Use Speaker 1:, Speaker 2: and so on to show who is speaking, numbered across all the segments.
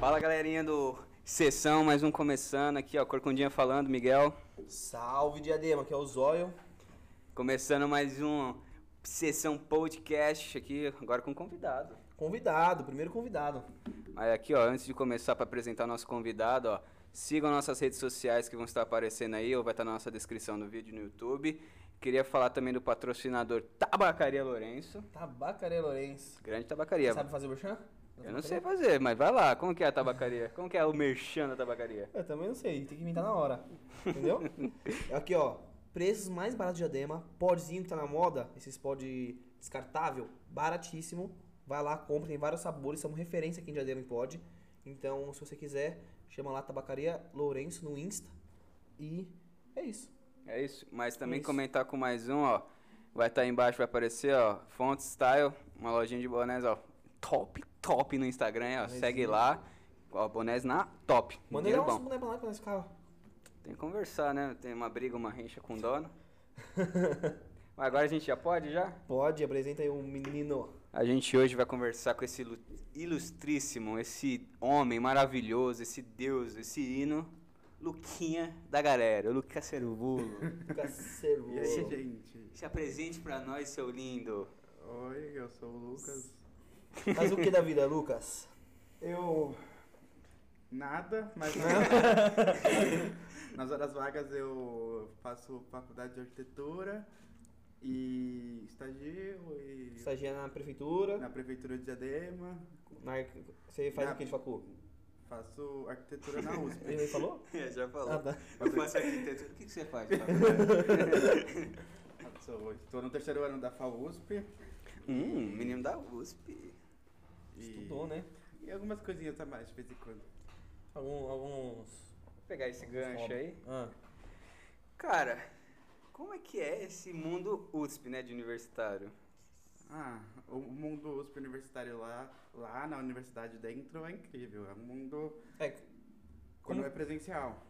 Speaker 1: Fala galerinha do Sessão, mais um começando aqui, ó. Corcundinha falando, Miguel.
Speaker 2: Salve Diadema, que é o Zóio.
Speaker 1: Começando mais um Sessão Podcast aqui, agora com convidado.
Speaker 2: Convidado, primeiro convidado.
Speaker 1: Mas aqui, ó, antes de começar para apresentar o nosso convidado, ó, sigam nossas redes sociais que vão estar aparecendo aí, ou vai estar na nossa descrição do vídeo no YouTube. Queria falar também do patrocinador Tabacaria Lourenço.
Speaker 2: Tabacaria Lourenço.
Speaker 1: Grande tabacaria.
Speaker 2: Sabe fazer merchan?
Speaker 1: Eu não sei fazer, mas vai lá. Como que é a tabacaria? Como que é o merchan da tabacaria?
Speaker 2: Eu também não sei, tem que inventar na hora. Entendeu? Aqui, ó. Preços mais baratos de diadema, podzinho que tá na moda, esses pod descartável, baratíssimo. Vai lá, compra, tem vários sabores, são referência aqui em diadema em pod. Então, se você quiser, chama lá Tabacaria Lourenço no Insta. E é isso.
Speaker 1: É isso. Mas também
Speaker 2: Isso.
Speaker 1: comentar com mais um, ó. Vai estar aí embaixo, vai aparecer, ó. Font Style, uma lojinha de bonés, ó. Top, top no Instagram, ó.
Speaker 2: Bonézinho.
Speaker 1: Segue lá. Ó, bonés na top.
Speaker 2: Manda ele
Speaker 1: Dinheiro
Speaker 2: dar
Speaker 1: bom.
Speaker 2: um boné pra lá pra nós ficar.
Speaker 1: Tem que conversar, né? Tem uma briga, uma rincha com o dono. Mas agora a gente já pode, já?
Speaker 2: Pode, apresenta aí o menino.
Speaker 1: A gente hoje vai conversar com esse ilu- ilustríssimo, esse homem maravilhoso, esse deus, esse hino, Luquinha da galera, o Luca Cervulo.
Speaker 2: Caceroso.
Speaker 3: E assim, aí, gente?
Speaker 1: Se apresente pra nós, seu lindo.
Speaker 3: Oi, eu sou o Lucas.
Speaker 2: Mas o que da vida, Lucas?
Speaker 3: Eu. Nada, mas. Nas horas vagas eu faço faculdade de arquitetura e estagio e.
Speaker 2: Estagia na prefeitura,
Speaker 3: Na prefeitura de Diadema.
Speaker 2: na arqu- você faz
Speaker 3: Na-
Speaker 2: o que de facu?
Speaker 3: Faço arquitetura na
Speaker 2: Ele
Speaker 3: USP.
Speaker 2: me falou?
Speaker 1: É, Já falou.
Speaker 2: Ah, tá.
Speaker 1: Eu faço arquitetura. O que, que você faz?
Speaker 3: Estou no terceiro ano da FAUSP.
Speaker 1: hum, menino da USP.
Speaker 3: E...
Speaker 2: Estudou, né?
Speaker 3: E algumas coisinhas a mais de vez em quando.
Speaker 2: Algum, alguns.
Speaker 1: Vou pegar esse gancho
Speaker 2: hobby.
Speaker 1: aí.
Speaker 2: Ah,
Speaker 1: Cara, como é que é esse mundo USP, né, de universitário?
Speaker 3: Ah, o mundo USP universitário lá, lá na universidade dentro é incrível. É um mundo
Speaker 2: É,
Speaker 3: quando
Speaker 2: Como-
Speaker 3: é presencial,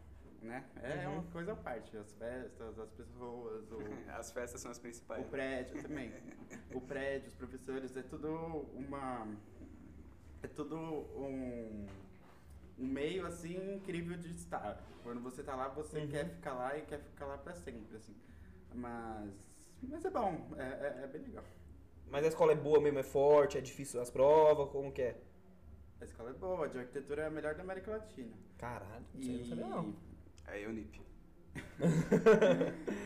Speaker 3: né? É
Speaker 2: Uhum.
Speaker 3: uma coisa à parte. As festas, as pessoas, o,
Speaker 1: As festas são as principais.
Speaker 3: Hum. o prédio também. O prédio, os professores, é tudo uma. É tudo um, um meio assim incrível de estar. Quando você tá lá, você
Speaker 2: Uhum.
Speaker 3: quer ficar lá e quer ficar lá pra sempre, assim. Mas. Mas é bom, é- é- é bem legal.
Speaker 2: mas a escola é boa mesmo, é forte, é difícil as provas, como que é?
Speaker 3: A escola é boa, de arquitetura é a melhor da América Latina.
Speaker 2: Caralho, não sei,
Speaker 3: E,
Speaker 2: não sabia não.
Speaker 1: Aí, Unip.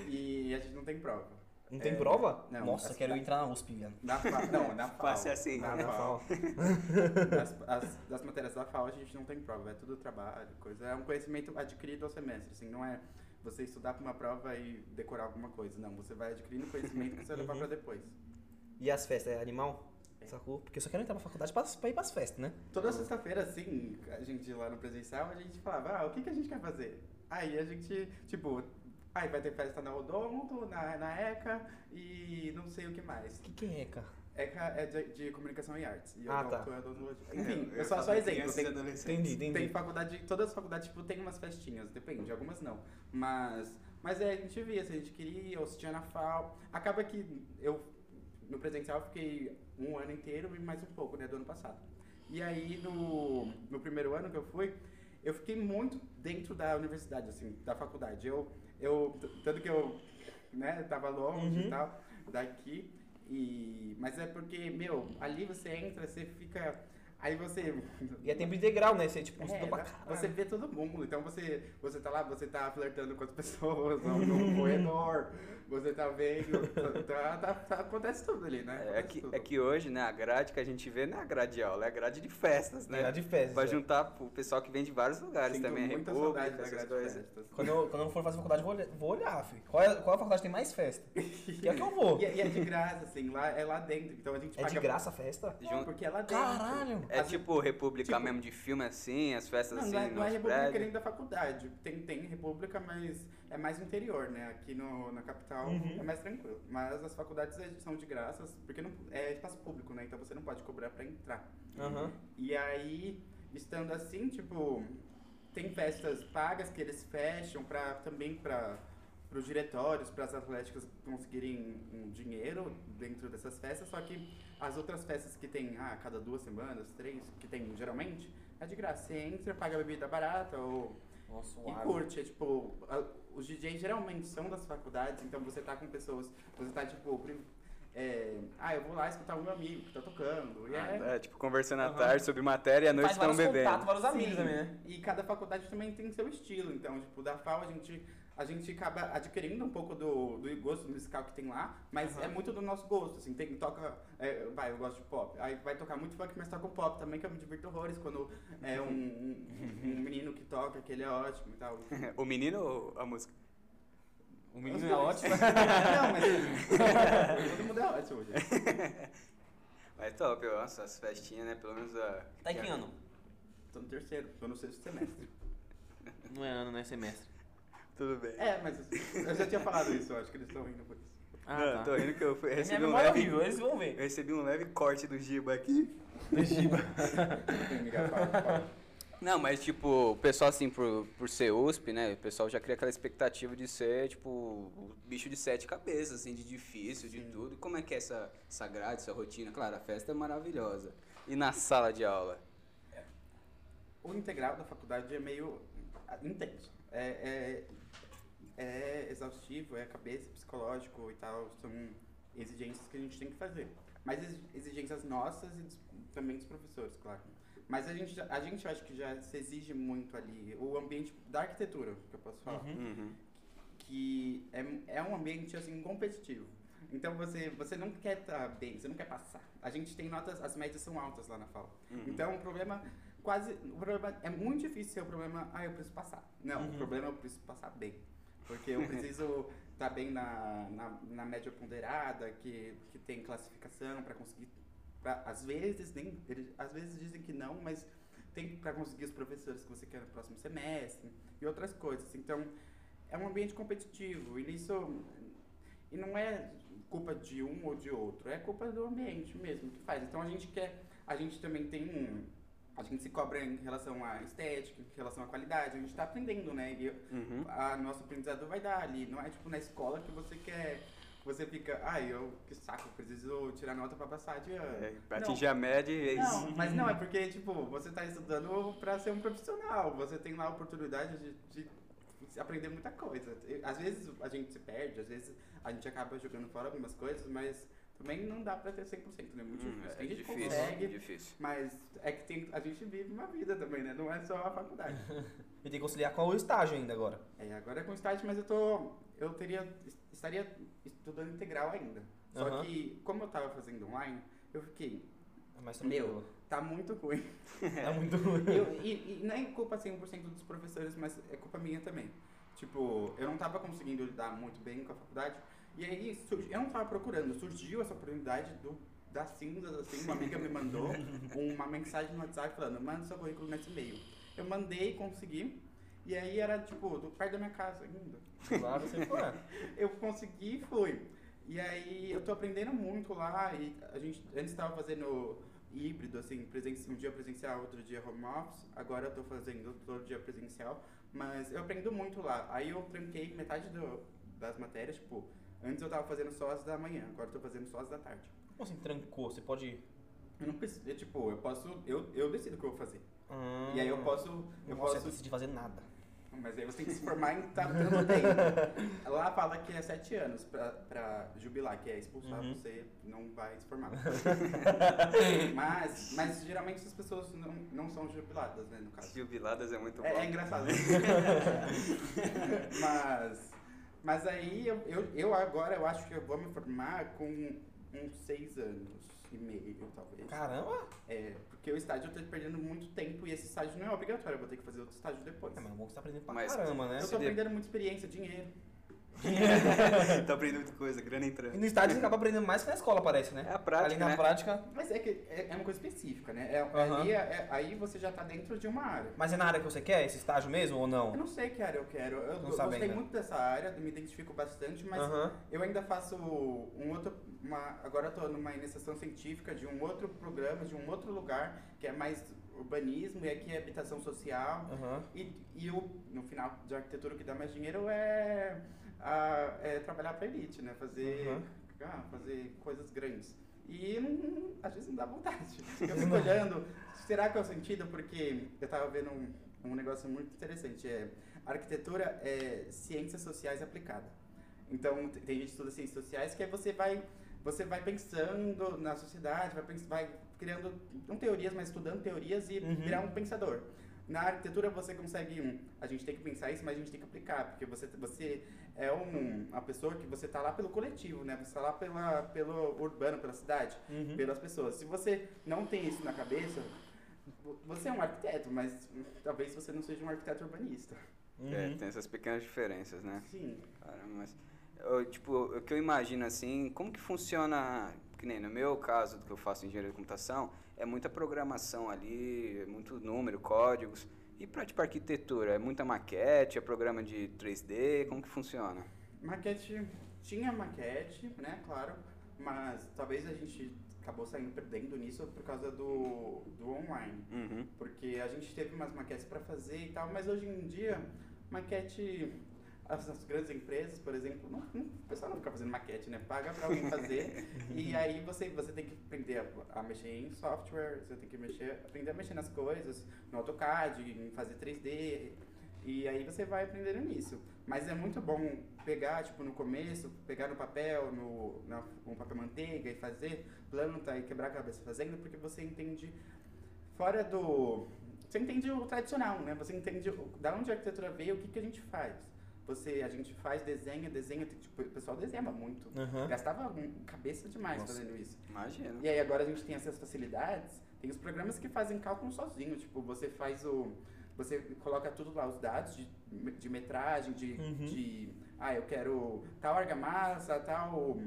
Speaker 3: e a gente não tem prova.
Speaker 2: Não tem
Speaker 3: É,
Speaker 2: prova?
Speaker 3: não,
Speaker 2: Nossa,
Speaker 3: as-
Speaker 2: quero entrar na USP, viado.
Speaker 3: Na FAO, não, na FAO.
Speaker 1: Passe assim.
Speaker 3: Na
Speaker 2: Ah, na
Speaker 3: FAO.
Speaker 2: FAO.
Speaker 3: Das, as- das matérias da FAO a gente não tem prova, é tudo trabalho, coisa. É um conhecimento adquirido ao semestre, assim, não é você estudar pra uma prova e decorar alguma coisa. Não, você vai adquirindo conhecimento que você vai levar
Speaker 2: Uhum.
Speaker 3: pra depois.
Speaker 2: E as festas, é animal?
Speaker 3: É.
Speaker 2: Sacou? Porque eu só quero entrar pra faculdade pra, pra ir pras festas, né?
Speaker 3: Toda sexta-feira, assim, a gente lá no presencial, a gente falava, ah, o que, que a gente quer fazer? Aí a gente, tipo, aí vai ter festa na Odonto, na, na ECA e não sei o que mais.
Speaker 2: O que, que é, cara?
Speaker 3: ECA é de, de comunicação e artes. E
Speaker 2: Ah,
Speaker 3: Odonto
Speaker 2: tá.
Speaker 3: é odontologia. Enfim, é só, só exemplo. Tem,
Speaker 2: Entendi,
Speaker 3: Tem
Speaker 2: entendi.
Speaker 3: faculdade, todas as faculdades, tipo, tem umas festinhas, depende, algumas não. Mas, mas é, a gente via se a gente queria, ou se tinha na FAO. Acaba que eu, no presencial, eu fiquei um ano inteiro e mais um pouco, né, do ano passado. E aí, no, no primeiro ano que eu fui, eu fiquei muito dentro da universidade, assim, da faculdade. Eu, eu t- tanto que eu, né, tava longe
Speaker 2: Uhum.
Speaker 3: e tal, daqui. E, mas é porque, meu, ali você entra, você fica... Aí você...
Speaker 2: E é tempo integral, né? Você, tipo,
Speaker 3: É,
Speaker 2: estuda pra
Speaker 3: dá-
Speaker 2: caralho.
Speaker 3: você vê todo mundo, então você, você tá lá, você tá flertando com as pessoas no, no corredor, você tá vendo, tá, tá- tá- acontece tudo ali, né?
Speaker 1: É
Speaker 3: Acontece
Speaker 1: que,
Speaker 3: tudo.
Speaker 1: é que hoje, né, a grade que a gente vê não é a grade de aula, é a grade de festas, né?
Speaker 2: Era de festas.
Speaker 1: Vai
Speaker 2: é.
Speaker 1: juntar o pessoal que vem de vários lugares
Speaker 3: Sinto
Speaker 1: também, é
Speaker 3: muita
Speaker 1: República,
Speaker 3: saudade da
Speaker 1: essas
Speaker 3: grade
Speaker 1: coisas.
Speaker 3: de festas.
Speaker 2: Quando eu, quando eu for fazer faculdade, vou olhar, vou olhar filho. Qual é, qual é a faculdade que tem mais festa? Que é que eu vou.
Speaker 3: E, é- e é de graça, assim, lá, é lá dentro, então a gente
Speaker 2: É
Speaker 3: paga...
Speaker 2: de graça a festa?
Speaker 3: Não, porque é lá dentro.
Speaker 2: Caralho!
Speaker 1: É
Speaker 3: Assim,
Speaker 1: tipo República
Speaker 3: tipo-
Speaker 1: mesmo de filme assim, as festas
Speaker 3: Não,
Speaker 1: assim,
Speaker 3: não é, não é
Speaker 1: nos
Speaker 3: república
Speaker 1: prédios.
Speaker 3: nem da faculdade. Tem, tem república, mas é mais interior, né? Aqui no, na capital é mais tranquilo. Mas as faculdades é- são de graças, porque não, é espaço público, né? Então você não pode cobrar pra entrar.
Speaker 2: Aham.
Speaker 3: E aí, estando assim, tipo, tem festas pagas que eles fecham pra, também para os diretórios, para as atléticas conseguirem um dinheiro dentro dessas festas, só que as outras festas que tem, ah, a cada duas semanas, três, que tem geralmente, É de graça. Você entra, paga a bebida barata ou
Speaker 2: Nossa, o
Speaker 3: e
Speaker 2: ar.
Speaker 3: curte, é tipo, a- os DJs geralmente são das faculdades, então você tá com pessoas, você tá tipo, pri- é, ah, eu vou lá escutar o meu amigo que tá tocando, e é,
Speaker 1: Ah, é, tipo, conversando à
Speaker 2: Aham.
Speaker 1: tarde sobre matéria e à noite
Speaker 2: Faz
Speaker 1: estão
Speaker 2: vários
Speaker 1: bebendo.
Speaker 2: contatos, vários amigos
Speaker 3: Sim,
Speaker 2: também, né?
Speaker 3: E cada faculdade também tem seu estilo, então, tipo, da FAO a gente, a gente acaba adquirindo um pouco do, do gosto musical que tem lá, mas
Speaker 2: Aham.
Speaker 3: é muito do nosso gosto, assim, tem, toca, é, vai, eu gosto de pop, aí vai tocar muito funk, mas toca um pop também, que eu me divirto horrores quando é um, um, um menino que toca, que ele é ótimo e
Speaker 2: Um
Speaker 3: tal.
Speaker 1: O menino ou a música?
Speaker 2: O menino é ótimo.
Speaker 3: Não, mas todo mundo é ótimo, gente.
Speaker 1: Mas top, ó, nossa, as festinhas, né? Pelo menos a.
Speaker 2: Tá em que ano?
Speaker 3: Tô no terceiro, tô no sexto semestre.
Speaker 2: Não é ano, não é semestre.
Speaker 1: Tudo bem.
Speaker 3: É, mas eu já tinha falado isso, eu acho que eles estão rindo por isso.
Speaker 2: Ah,
Speaker 1: Não,
Speaker 2: tá.
Speaker 1: Tô rindo que eu fui-
Speaker 2: É Minha
Speaker 1: recebi um
Speaker 2: memória é
Speaker 1: leve.
Speaker 2: horrível, eles vão
Speaker 1: Eu
Speaker 2: ver.
Speaker 1: recebi um leve corte do Giba aqui.
Speaker 3: Amiga, fala, fala.
Speaker 1: Não, mas tipo, o pessoal assim, por, por ser USP, né? O pessoal já cria aquela expectativa de ser, tipo, o bicho de sete cabeças, assim, de difícil, de tudo. E como é que é essa, essa grade, essa rotina? Claro, a festa é maravilhosa. E na sala de aula?
Speaker 3: O integral da faculdade é meio ah, intenso. É, é, é exaustivo, é cabeça, psicológico e tal. São exigências que a gente tem que fazer. Mas ex- exigências nossas e dos- também dos professores, claro. Mas a gente, já- a gente acha que já se exige muito ali. O ambiente da arquitetura, que eu posso falar.
Speaker 1: Uhum.
Speaker 3: que é, é um ambiente assim competitivo. Então você, você não quer estar bem, você não quer passar. A gente tem notas, as médias são altas lá na FAO. Então o problema quase, o problema é muito difícil ser o problema, ah, eu preciso passar. Não, o problema é eu preciso passar bem. Porque eu preciso estar bem na, na, na média ponderada, que, que tem classificação para conseguir pra- às vezes nem eles, às vezes dizem que não, mas tem para conseguir os professores que você quer no próximo semestre e outras coisas. Então, é um ambiente competitivo e nisso e não é culpa de um ou de outro, é culpa do ambiente mesmo que faz. Então a gente quer, a gente também tem um a gente se cobra em relação à estética, em relação à qualidade, a gente está aprendendo, né? E
Speaker 1: Uhum.
Speaker 3: a nosso aprendizado vai dar ali, não é tipo na escola que você quer você fica, ai, eu que saco, preciso tirar nota para passar de ano.
Speaker 1: É, pra
Speaker 3: Não.
Speaker 1: atingir a média e é isso.
Speaker 3: Não, mas não, é porque, tipo, você tá estudando pra ser um profissional. Você tem lá a oportunidade de, de aprender muita coisa. E, Às vezes a gente se perde, às vezes a gente acaba jogando fora algumas coisas, mas também não dá pra ter 100%, né? É Muito
Speaker 1: Hum,
Speaker 3: difícil.
Speaker 1: é
Speaker 3: a gente
Speaker 1: difícil,
Speaker 3: consegue,
Speaker 1: difícil.
Speaker 3: mas é que tem, a gente vive uma vida também, né? Não é só a faculdade.
Speaker 4: E tem que conciliar com o estágio ainda agora.
Speaker 3: É, agora é com estágio, mas eu tô. Eu teria. estaria estudando integral ainda. Só
Speaker 4: Aham.
Speaker 3: que, como eu tava fazendo online, eu fiquei.
Speaker 4: É mais
Speaker 3: Meu,
Speaker 4: tranquilo.
Speaker 3: tá muito ruim.
Speaker 4: É muito ruim.
Speaker 3: Eu- e, e não é culpa 100% dos professores, mas é culpa minha também. Tipo, eu não tava conseguindo lidar muito bem com a faculdade. E aí, surgi- eu não tava procurando, surgiu essa oportunidade do, das cinzas, assim. Uma amiga me mandou uma mensagem no WhatsApp falando: manda seu currículo nesse e-mail. Eu mandei, consegui. E aí era, tipo, do, perto da minha casa ainda.
Speaker 4: Claro, você foi.
Speaker 3: Eu consegui e fui. E aí eu tô aprendendo muito lá e a gente antes tava fazendo híbrido, assim, presença, um dia presencial, outro dia home office. Agora eu tô fazendo todo dia presencial, mas eu aprendo muito lá. Aí eu tranquei metade do- das matérias, tipo, antes eu tava fazendo só as da manhã, agora eu tô fazendo só as da tarde.
Speaker 4: Como assim, trancou? Você pode.
Speaker 3: Eu não preciso, eu, tipo, eu posso, eu, eu decido o que eu vou fazer.
Speaker 4: Hum,
Speaker 3: E aí Ah.
Speaker 2: Ah.
Speaker 3: eu posso, eu
Speaker 4: Nossa, eu
Speaker 3: posso
Speaker 4: decidi fazer nada.
Speaker 3: Mas aí você tem que se formar em tá tanto tempo. Lá fala que é sete anos pra, pra jubilar, que é expulsar
Speaker 4: Uhum.
Speaker 3: você, não vai se formar. mas, mas geralmente as pessoas não, não são jubiladas, né, no caso.
Speaker 1: Jubiladas é muito bom.
Speaker 3: É, é engraçado. mas, mas aí eu, eu, eu agora eu acho que eu vou me formar com uns seis anos e meio, talvez.
Speaker 4: Caramba!
Speaker 3: É, porque o estágio eu tô perdendo muito tempo e esse estágio não é obrigatório, eu vou ter que fazer outro estágio depois.
Speaker 4: É, mas é bom que você tá aprendendo pra
Speaker 1: Mas-
Speaker 4: caramba, né?
Speaker 3: Eu
Speaker 1: se
Speaker 3: tô
Speaker 1: de-
Speaker 3: aprendendo muita experiência, dinheiro.
Speaker 1: tá aprendendo muita coisa, grana
Speaker 4: E
Speaker 1: entrando.
Speaker 4: no estágio você acaba aprendendo mais que na escola, parece, né?
Speaker 1: É a prática,
Speaker 4: Ali na
Speaker 1: né?
Speaker 4: prática,
Speaker 3: Mas é que é, é uma coisa específica, né? É,
Speaker 4: Aham.
Speaker 3: ali é- é- aí você já tá dentro de uma área.
Speaker 4: Mas é na área que você quer, esse estágio mesmo ou
Speaker 3: Eu
Speaker 4: não?
Speaker 3: não sei que área eu quero. Eu, eu
Speaker 4: Não
Speaker 3: gostei
Speaker 4: sabe ainda.
Speaker 3: muito dessa área, me identifico bastante, mas
Speaker 4: Aham.
Speaker 3: eu ainda faço um outro. Uma, agora eu tô numa iniciação científica de um outro programa, de um outro lugar, que é mais urbanismo e aqui é habitação social.
Speaker 4: Aham.
Speaker 3: E, e o, no final de arquitetura, o que dá mais dinheiro é, a- é trabalhar pra elite, né? Fazer,
Speaker 4: Uhum.
Speaker 3: ah, fazer coisas grandes. E não- às vezes não dá vontade. Eu fico olhando, será que é o sentido? Porque eu tava vendo um, um negócio muito interessante. É, arquitetura é ciências sociais aplicada. Então t- tem gente que estuda ciências sociais que aí você vai, você vai pensando na sociedade, vai, pens- vai criando, não teorias, mas estudando teorias e
Speaker 4: Uhum.
Speaker 3: virar um pensador. Na arquitetura você consegue, hum, a gente tem que pensar isso, mas a gente tem que aplicar, porque você, você é um, uma pessoa que você tá lá pelo coletivo, né? Você tá lá pela, pelo urbano, pela cidade,
Speaker 4: uhum,
Speaker 2: Uhum.
Speaker 3: pelas pessoas. Se você não tem isso na cabeça, vo- você é um arquiteto, mas hum, talvez você não seja um arquiteto urbanista.
Speaker 4: uhum,
Speaker 3: Uhum.
Speaker 1: É,
Speaker 4: né?
Speaker 1: tem essas pequenas diferenças, né?
Speaker 3: Sim.
Speaker 1: Cara, mas. eu, tipo, o que eu imagino assim, como que funciona. Que nem no meu caso, do que eu faço em engenharia de computação, é muita programação ali, é muito número, códigos. E pra tipo arquitetura, é muita maquete, é programa de 3D, como que funciona?
Speaker 3: Maquete tinha maquete, né? Claro, mas talvez a gente acabou saindo perdendo nisso por causa do, do online.
Speaker 1: Uhum.
Speaker 3: Porque a gente teve umas maquetes para fazer e tal, mas hoje em dia, maquete. As, as grandes empresas, por exemplo, não, não- o pessoal não fica fazendo maquete, né? Paga para alguém fazer e aí você, você tem que aprender a, a mexer em software, você tem que mexer, aprender a mexer nas coisas, no AutoCAD, em fazer 3D. E aí você vai aprendendo nisso. Mas é muito bom pegar, tipo, no começo, pegar no papel, no, na, um papel manteiga e fazer planta e quebrar a cabeça fazendo, porque você entende fora do. Você entende o tradicional, né? Você entende o- da onde a arquitetura veio, o que, que a gente faz. Você, a gente faz, desenha, desenha, tipo, o pessoal desenha muito.
Speaker 4: Aham.
Speaker 3: Gastava um- cabeça demais
Speaker 1: Nossa.
Speaker 3: fazendo isso.
Speaker 1: Imagino.
Speaker 3: E aí agora a gente tem essas facilidades, tem os programas que fazem cálculo sozinho, tipo, você faz o. Você coloca tudo lá, os dados de, de metragem, de,
Speaker 4: Uhum.
Speaker 3: de. Ah, eu quero tal argamassa, tal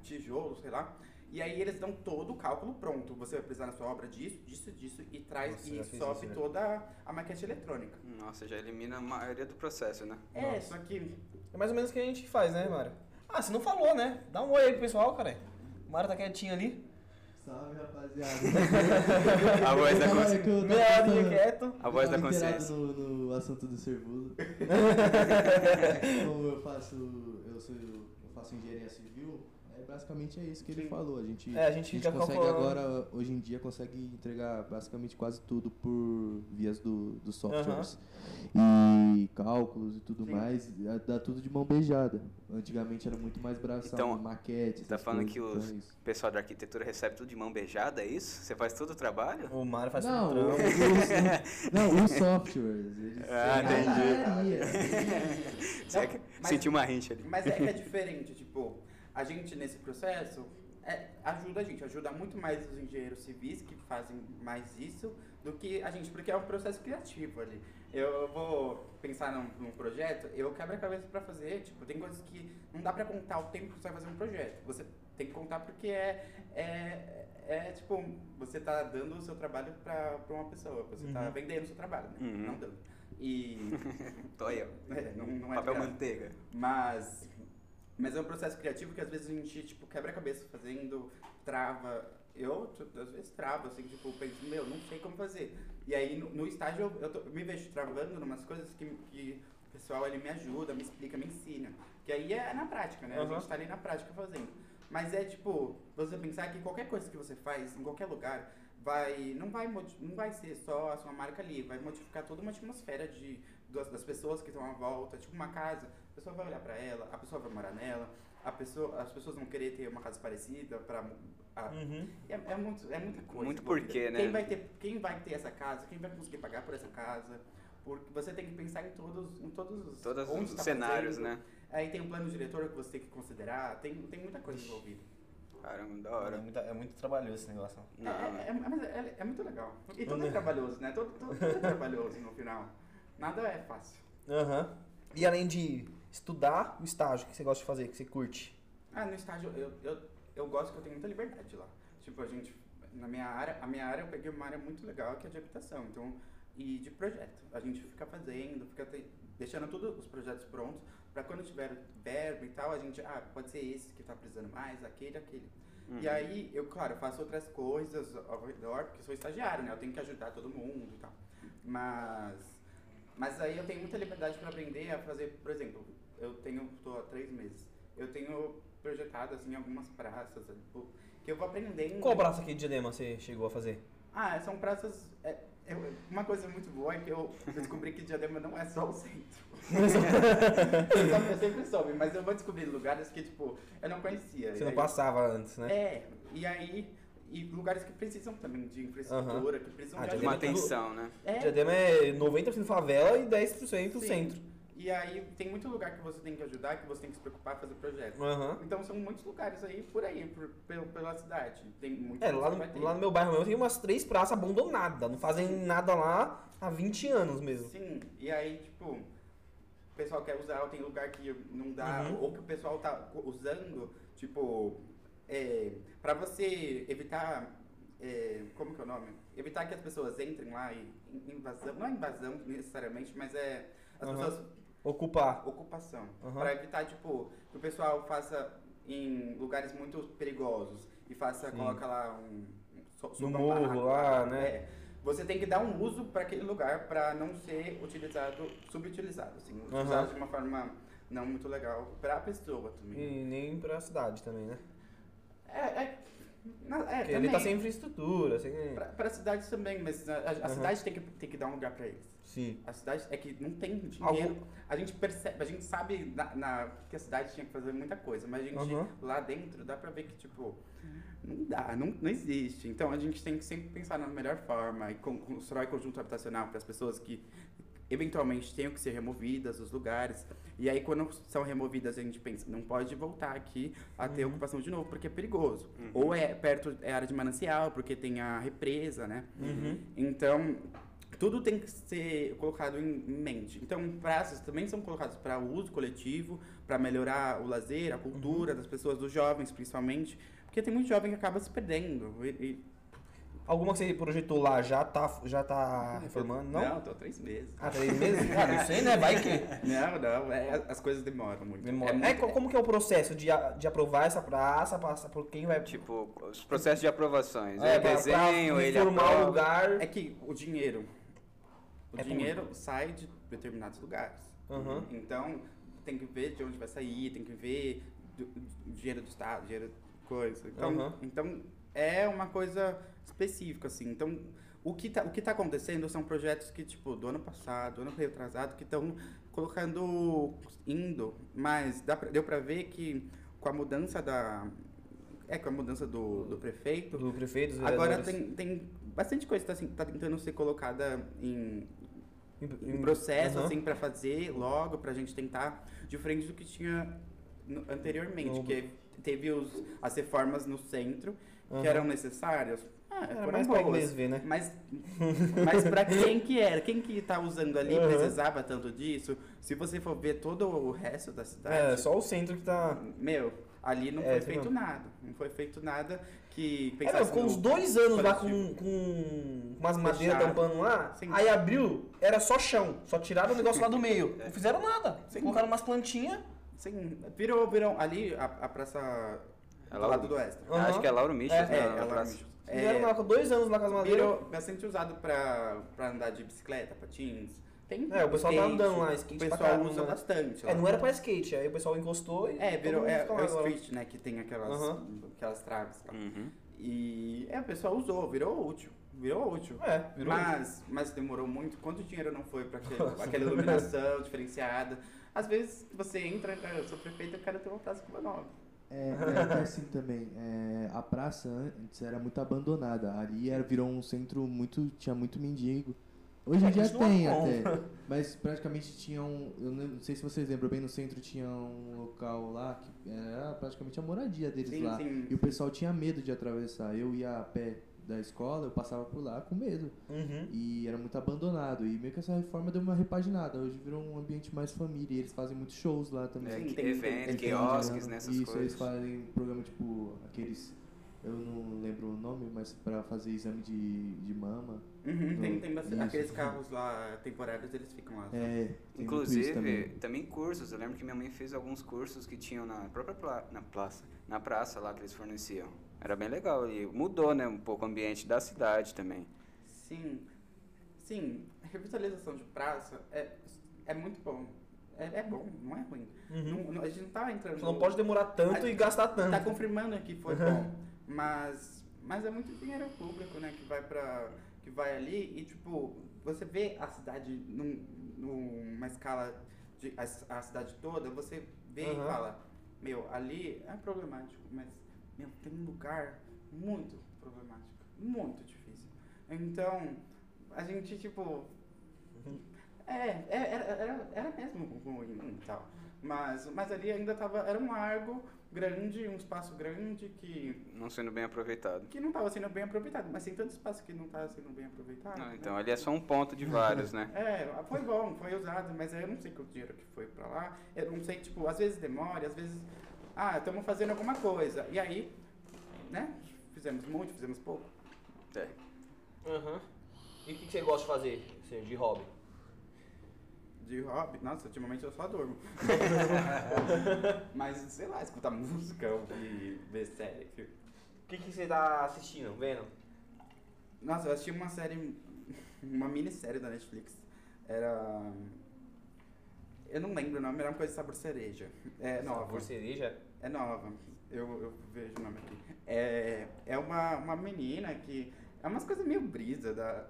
Speaker 3: tijolo, sei lá. E aí eles dão todo o cálculo pronto. Você vai precisar na sua obra disso, disso, disso, e traz
Speaker 4: Nossa, já
Speaker 3: e
Speaker 4: fiz
Speaker 3: sobe
Speaker 4: isso, né?
Speaker 3: toda a maquete eletrônica.
Speaker 1: Nossa, já elimina a maioria do processo, né?
Speaker 3: É,
Speaker 4: Nossa.
Speaker 3: só que.
Speaker 4: É mais ou menos o que a gente faz, né, Mário? Ah, você não falou, né? Dá um oi aí pro pessoal, cara. O Mário tá quietinho ali.
Speaker 5: Salve, rapaziada.
Speaker 1: A voz da
Speaker 5: Não, é
Speaker 1: consciência.
Speaker 5: que eu tava-
Speaker 4: Meia horinha quieto.
Speaker 1: A voz
Speaker 5: eu tava
Speaker 1: da
Speaker 5: inteirado
Speaker 1: consciência.
Speaker 5: No, no assunto do servulo. Como eu faço, eu sou, eu faço engenharia civil, é, basicamente é isso que ele
Speaker 3: Sim.
Speaker 5: falou. A gente,
Speaker 4: É, a gente fica
Speaker 5: consegue
Speaker 4: calculando.
Speaker 5: agora, hoje em dia, consegue entregar basicamente quase tudo por vias do, dos softwares. E cálculos e tudo
Speaker 3: Sim.
Speaker 5: mais, dá- dá tudo de mão beijada. Antigamente era muito mais braçal,
Speaker 1: Então,
Speaker 5: maquete,
Speaker 1: tá
Speaker 5: essas
Speaker 1: falando
Speaker 5: coisas,
Speaker 1: que os-
Speaker 5: então é isso.
Speaker 1: O pessoal da arquitetura recebe tudo de mão beijada, é isso? Você faz todo o trabalho?
Speaker 4: O Mário faz um
Speaker 5: não,
Speaker 4: tudo.
Speaker 5: os- os- não, os softwares. Eles
Speaker 1: Ah,
Speaker 5: entendi.
Speaker 1: Você
Speaker 3: Não, mas-
Speaker 1: Senti é uma rincha ali.
Speaker 3: Mas é que é diferente, tipo, a gente nesse processo é, ajuda a gente, ajuda muito mais os engenheiros civis que fazem mais isso do que a gente, porque é um processo criativo ali. Eu vou pensar num, num projeto, eu quebro a cabeça pra fazer, tipo, tem coisas que não dá pra contar o tempo que você vai fazer um projeto. Você tem que contar porque é, é, é tipo, você tá dando o seu trabalho pra, pra uma pessoa, você tá
Speaker 4: Uhum.
Speaker 3: vendendo o seu trabalho, né?
Speaker 1: Uhum.
Speaker 3: Não dando. E.
Speaker 1: Tô aí, ó.
Speaker 3: é, não, não é de
Speaker 1: Papel
Speaker 3: graça.
Speaker 1: manteiga.
Speaker 3: Mas, mas é um processo criativo que às vezes a gente, tipo, quebra a cabeça fazendo, trava. Eu, t- às vezes, travo, assim, tipo, penso, meu, não sei como fazer. E aí, no, no estágio, eu, eu tô- me vejo travando numas coisas que, que o pessoal, ele me ajuda, me explica, me ensina. Que aí é na prática, né? A
Speaker 4: Aham.
Speaker 3: gente tá ali na prática fazendo. Mas é, tipo, você pensar que qualquer coisa que você faz, em qualquer lugar, vai não vai modi- não vai ser só a sua marca ali vai modificar toda uma atmosfera de das, das pessoas que estão à volta tipo uma casa a pessoa vai olhar pra ela a pessoa vai morar nela a pessoa as pessoas vão querer ter uma casa parecida para
Speaker 4: Uhum.
Speaker 3: é, é muito é muita coisa
Speaker 1: Muito
Speaker 3: envolvida.
Speaker 1: porquê, né?
Speaker 3: quem vai ter quem vai ter essa casa quem vai conseguir pagar por essa casa porque você tem que pensar em todos em todos os
Speaker 1: Todos
Speaker 3: onde
Speaker 1: os
Speaker 3: tá
Speaker 1: cenários,
Speaker 3: fazendo.
Speaker 1: né?
Speaker 3: aí tem um plano diretor que você tem que considerar tem tem muita coisa envolvida
Speaker 1: né? Caramba, da
Speaker 4: É
Speaker 1: hora. Tipo,
Speaker 4: muito, é muito trabalhoso esse negócio.
Speaker 3: É, é, é- mas é- é muito legal. E tudo é trabalhoso, né? Tudo, tudo- tudo é trabalhoso no final. Nada é fácil.
Speaker 4: Aham. E além de estudar, o estágio, o que você gosta de fazer, que você curte?
Speaker 3: Ah, no estágio, eu, eu, eu gosto que eu tenho muita liberdade lá. Tipo, a gente, na minha área, a minha área eu peguei uma área muito legal que é de habitação, então, e de projeto. A gente fica fazendo, fica te- deixando todos os projetos prontos, pra quando tiver verbo e tal, a gente, ah, pode ser esse que tá precisando mais, aquele, aquele. E aí, eu, claro, faço outras coisas ao redor, porque sou estagiário, né? Eu tenho que ajudar todo mundo e tal. Mas, mas aí eu tenho muita liberdade pra aprender a fazer, por exemplo, eu tenho, tô há três meses, eu tenho projetado assim, em algumas praças. tipo, que eu vou aprendendo.
Speaker 2: Qual braço aqui de Diadema você chegou a fazer?
Speaker 3: Ah, são praças. é, é uma coisa muito boa é que eu descobri que Diadema não é só o centro. eu, só- eu sempre soube, mas eu vou descobrir lugares que, tipo, eu não conhecia.
Speaker 2: Você
Speaker 3: E
Speaker 2: não
Speaker 3: aí-
Speaker 2: passava antes, né?
Speaker 3: É, e aí. E lugares que precisam também de infraestrutura, que precisam
Speaker 2: Ah,
Speaker 3: de
Speaker 1: Uma
Speaker 2: Diadema
Speaker 3: ajuda.
Speaker 2: tem-
Speaker 1: atenção, né?
Speaker 3: É,
Speaker 2: Diadema é 90% favela e 10%
Speaker 3: Sim.
Speaker 2: centro.
Speaker 3: E aí tem muito lugar que você tem que ajudar, que você tem que se preocupar, fazer projeto.
Speaker 2: Aham.
Speaker 3: Então são muitos lugares aí por aí, por- pelo- pela cidade. Tem muito
Speaker 2: É, lá
Speaker 3: que vai ter.
Speaker 2: no, lá no meu bairro mesmo tem umas três praças abandonadas, não fazem nada lá há 20 anos mesmo.
Speaker 3: Sim, e aí, tipo, o pessoal quer usar, ou tem lugar que não dá,
Speaker 2: Uhum.
Speaker 3: ou que o pessoal tá co- usando, tipo, é, pra você evitar. é, como que é o nome? Evitar que as pessoas entrem lá e in- invasão. Não é invasão necessariamente, mas é. As
Speaker 2: Aham.
Speaker 3: pessoas
Speaker 2: Ocupar.
Speaker 3: ocupação.
Speaker 2: Aham.
Speaker 3: Pra evitar, tipo, que o pessoal faça em lugares muito perigosos e faça,
Speaker 2: Sim.
Speaker 3: coloca lá um. um so-
Speaker 2: No
Speaker 3: sopa um
Speaker 2: morro
Speaker 3: barraco
Speaker 2: lá, né?
Speaker 3: É. Você tem que dar um uso pra aquele lugar pra não ser utilizado, subutilizado, assim,
Speaker 2: Aham.
Speaker 3: usado de uma forma não muito legal pra pessoa
Speaker 2: E
Speaker 3: também.
Speaker 2: nem pra cidade também, né?
Speaker 3: É, é, na- é,
Speaker 2: Porque
Speaker 3: também.
Speaker 2: ele tá sem infraestrutura, sem.
Speaker 3: Pra, pra cidade também, mas a, a- a
Speaker 2: Aham.
Speaker 3: cidade tem que, tem que dar um lugar pra eles.
Speaker 2: Sim.
Speaker 3: A cidade é que não tem dinheiro.
Speaker 2: Algo-
Speaker 3: A gente percebe, a gente sabe na, na- que a cidade tinha que fazer muita coisa, mas a gente
Speaker 2: Aham.
Speaker 3: lá dentro dá pra ver que, tipo, não dá, não, não existe. Então a gente tem que sempre pensar na melhor forma e con- constrói conjunto habitacional para as pessoas que eventualmente tenham que ser removidas dos lugares. E aí quando são removidas a gente pensa, não pode voltar aqui a ter
Speaker 2: Uhum.
Speaker 3: ocupação de novo, porque é perigoso. Ou é perto, é área de manancial, porque tem a represa, né?
Speaker 2: Uhum.
Speaker 3: Então, tudo tem que ser colocado em mente. Então, praças também são colocadas para uso coletivo, para melhorar o lazer, a cultura
Speaker 2: Uhum.
Speaker 3: das pessoas, dos jovens principalmente, porque tem muito jovem que acaba se perdendo. E- e-
Speaker 2: Alguma que você projetou lá já tá, já tá reformando? Não?
Speaker 3: Não, tô há três meses.
Speaker 2: Há três meses? Ah, não sei, né? Vai que.
Speaker 3: Não, não, é- as coisas demoram muito.
Speaker 2: Demora.
Speaker 3: É muito-
Speaker 2: É, co- como que é o processo de, a- de aprovar essa praça, passar por quem
Speaker 3: É.
Speaker 2: vai.
Speaker 1: Tipo, os processos de aprovações.
Speaker 2: é,
Speaker 1: É,
Speaker 2: pra- pra
Speaker 1: desenho, ele
Speaker 2: formar
Speaker 1: aprova.
Speaker 2: o lugar.
Speaker 3: É que o dinheiro. O
Speaker 2: É
Speaker 3: dinheiro sai de determinados lugares.
Speaker 2: Aham.
Speaker 3: Então, tem que ver de onde vai sair, tem que ver do, do dinheiro do Estado, dinheiro coisa. Então,
Speaker 2: Aham.
Speaker 3: então, é uma coisa específica, assim. Então, o que, tá, o que tá acontecendo são projetos que, tipo, do ano passado, do ano retrasado, que estão colocando indo. Mas dá pra- deu pra ver que com a mudança da... É, com a mudança do, do prefeito,
Speaker 2: Do prefeito, dos
Speaker 3: É, Agora
Speaker 2: vereadores.
Speaker 3: tem, tem bastante coisa que tá, assim, tá tentando ser colocada em,
Speaker 2: Em-
Speaker 3: em
Speaker 2: em-
Speaker 3: processo,
Speaker 2: Aham.
Speaker 3: assim, pra fazer logo, pra gente tentar, diferente do que tinha no- anteriormente,
Speaker 2: No-
Speaker 3: que é, teve os, as reformas no centro,
Speaker 2: Aham.
Speaker 3: que eram necessárias. Ah,
Speaker 2: Era
Speaker 3: foram
Speaker 2: mais pra
Speaker 3: boas.
Speaker 2: inglês ver, né?
Speaker 3: Mas, mas pra quem que era? Quem que tá usando ali
Speaker 2: Aham.
Speaker 3: precisava tanto disso? Se você for ver todo o resto da cidade,
Speaker 2: É, só o centro que tá.
Speaker 3: meu, ali não
Speaker 2: É,
Speaker 3: foi
Speaker 2: tem
Speaker 3: feito
Speaker 2: mesmo.
Speaker 3: nada. Não foi feito nada que
Speaker 2: É, meu,
Speaker 3: pensasse
Speaker 2: ficou
Speaker 3: assim, no-
Speaker 2: uns dois anos lá com,
Speaker 3: coletivo.
Speaker 2: com umas madeiras
Speaker 3: Fechado.
Speaker 2: tampando lá.
Speaker 3: Sim.
Speaker 2: Aí abriu, era só chão. Só tiraram o negócio lá do meio.
Speaker 3: É.
Speaker 2: Não fizeram nada. Colocaram umas plantinhas.
Speaker 3: Sim, virou, virou. Ali, a, a praça
Speaker 1: É
Speaker 3: do
Speaker 1: lá
Speaker 3: lado
Speaker 1: o-
Speaker 3: do Extra.
Speaker 2: Aham.
Speaker 1: Acho que é Lauro Michels,
Speaker 3: Tá É,
Speaker 1: né?
Speaker 3: é,
Speaker 1: na
Speaker 3: é lá
Speaker 1: praça.
Speaker 3: mesmo.
Speaker 2: Fizeram lá com dois anos lá com as
Speaker 3: É,
Speaker 2: madeiras.
Speaker 3: virou bastante usado pra, pra andar de bicicleta, patins. Tem
Speaker 2: É, o pessoal tá
Speaker 3: skate,
Speaker 2: andando lá, skate
Speaker 3: O
Speaker 2: pra
Speaker 3: pessoal
Speaker 2: caramba,
Speaker 3: usa
Speaker 2: né?
Speaker 3: bastante lá.
Speaker 2: É, não era pra skate. Aí o pessoal encostou e.
Speaker 3: É,
Speaker 2: todo
Speaker 3: virou,
Speaker 2: mundo
Speaker 3: é,
Speaker 2: fica
Speaker 3: é
Speaker 2: lá
Speaker 3: o
Speaker 2: agora.
Speaker 3: street, né, que tem aquelas, aquelas traves lá.
Speaker 1: Uhum.
Speaker 3: E é, o pessoal usou, virou útil. Virou útil.
Speaker 2: É, virou.
Speaker 3: Mas, mas demorou muito. Quanto dinheiro não foi pra aquele- aquela iluminação diferenciada? Às vezes você entra, "Ah, eu sou prefeito, eu quero ter uma praça com uma nova.
Speaker 5: É, é, que assim também. é, a praça antes era muito abandonada. Ali era, virou um centro muito. tinha muito mendigo. Hoje em
Speaker 2: É,
Speaker 5: dia
Speaker 2: continua
Speaker 5: tem
Speaker 2: bom.
Speaker 5: até. Mas praticamente tinha um. Eu não não sei se vocês lembram bem, no centro tinha um local lá que era praticamente a moradia deles
Speaker 3: Sim,
Speaker 5: lá.
Speaker 3: sim.
Speaker 5: E o pessoal tinha medo de atravessar. Eu ia a pé da escola, eu passava por lá com medo.
Speaker 2: Uhum.
Speaker 5: E era muito abandonado. E meio que essa reforma deu uma repaginada. Hoje virou um ambiente mais família. E eles fazem muitos shows lá também.
Speaker 1: É,
Speaker 3: Sim,
Speaker 1: que-
Speaker 3: tem-
Speaker 1: eventos,
Speaker 3: tem-
Speaker 5: Entende,
Speaker 1: quiosques,
Speaker 5: né?
Speaker 1: nessas
Speaker 5: Isso,
Speaker 1: coisas.
Speaker 5: eles fazem programa tipo aqueles. Eu não lembro o nome, mas pra fazer exame de, de mama.
Speaker 3: Uhum, tem, tem bastante.
Speaker 5: Isso.
Speaker 3: Aqueles carros lá temporários, eles ficam lá. sabe?
Speaker 5: É, tem muito isso
Speaker 1: Inclusive, né?
Speaker 5: também.
Speaker 1: também. cursos. Eu lembro que minha mãe fez alguns cursos que tinham na própria pla- na praça, na praça lá que eles forneciam. Era bem legal e mudou, né, um pouco o ambiente da cidade também.
Speaker 3: Sim. Sim, revitalização de praça é, é muito bom. É, é bom, não é ruim. Não- não- a gente não tá entrando.
Speaker 2: Você Uhum. não pode demorar tanto e gastar
Speaker 3: Tá
Speaker 2: tanto.
Speaker 3: confirmando que foi bom. Mas, mas é muito dinheiro público, né? Que vai pra. Que vai ali e tipo, você vê a cidade num- numa escala de a, ci- a cidade toda, você vê e
Speaker 2: Aham.
Speaker 3: fala, meu, ali é problemático, mas meu, tem um lugar muito problemático, muito difícil. Então, a gente tipo. É, é, era, era, era mesmo ruim e tal. Mas, mas ali ainda tava. Era um largo grande, um espaço grande que,
Speaker 1: Não sendo bem aproveitado.
Speaker 3: que não estava sendo bem aproveitado. Mas tem tanto espaço que não estava sendo bem aproveitado.
Speaker 1: Ah,
Speaker 3: né?
Speaker 1: então, ali é só um ponto de vários, né?
Speaker 3: É, foi bom, foi usado, mas eu não sei quanto dinheiro que foi pra lá. Eu não sei, tipo, às vezes demora, às vezes. Ah, estamos fazendo alguma coisa. E aí, né? Fizemos muito, fizemos pouco.
Speaker 1: É.
Speaker 2: Aham. E o que que você gosta de fazer, assim, de hobby?
Speaker 3: De hobby. Nossa, ultimamente eu só durmo. mas, sei lá, escutar música, ouvir, ver série, filme.
Speaker 2: O que, que você tá assistindo, vendo?
Speaker 3: Nossa, eu assisti uma série, uma minissérie da Netflix. Era. Eu não lembro o nome, era uma coisa de sabor cereja. É nova.
Speaker 2: Sabor cereja?
Speaker 3: É nova. Eu, eu vejo o nome aqui. É, é uma, uma menina que. É umas coisas meio brisa da.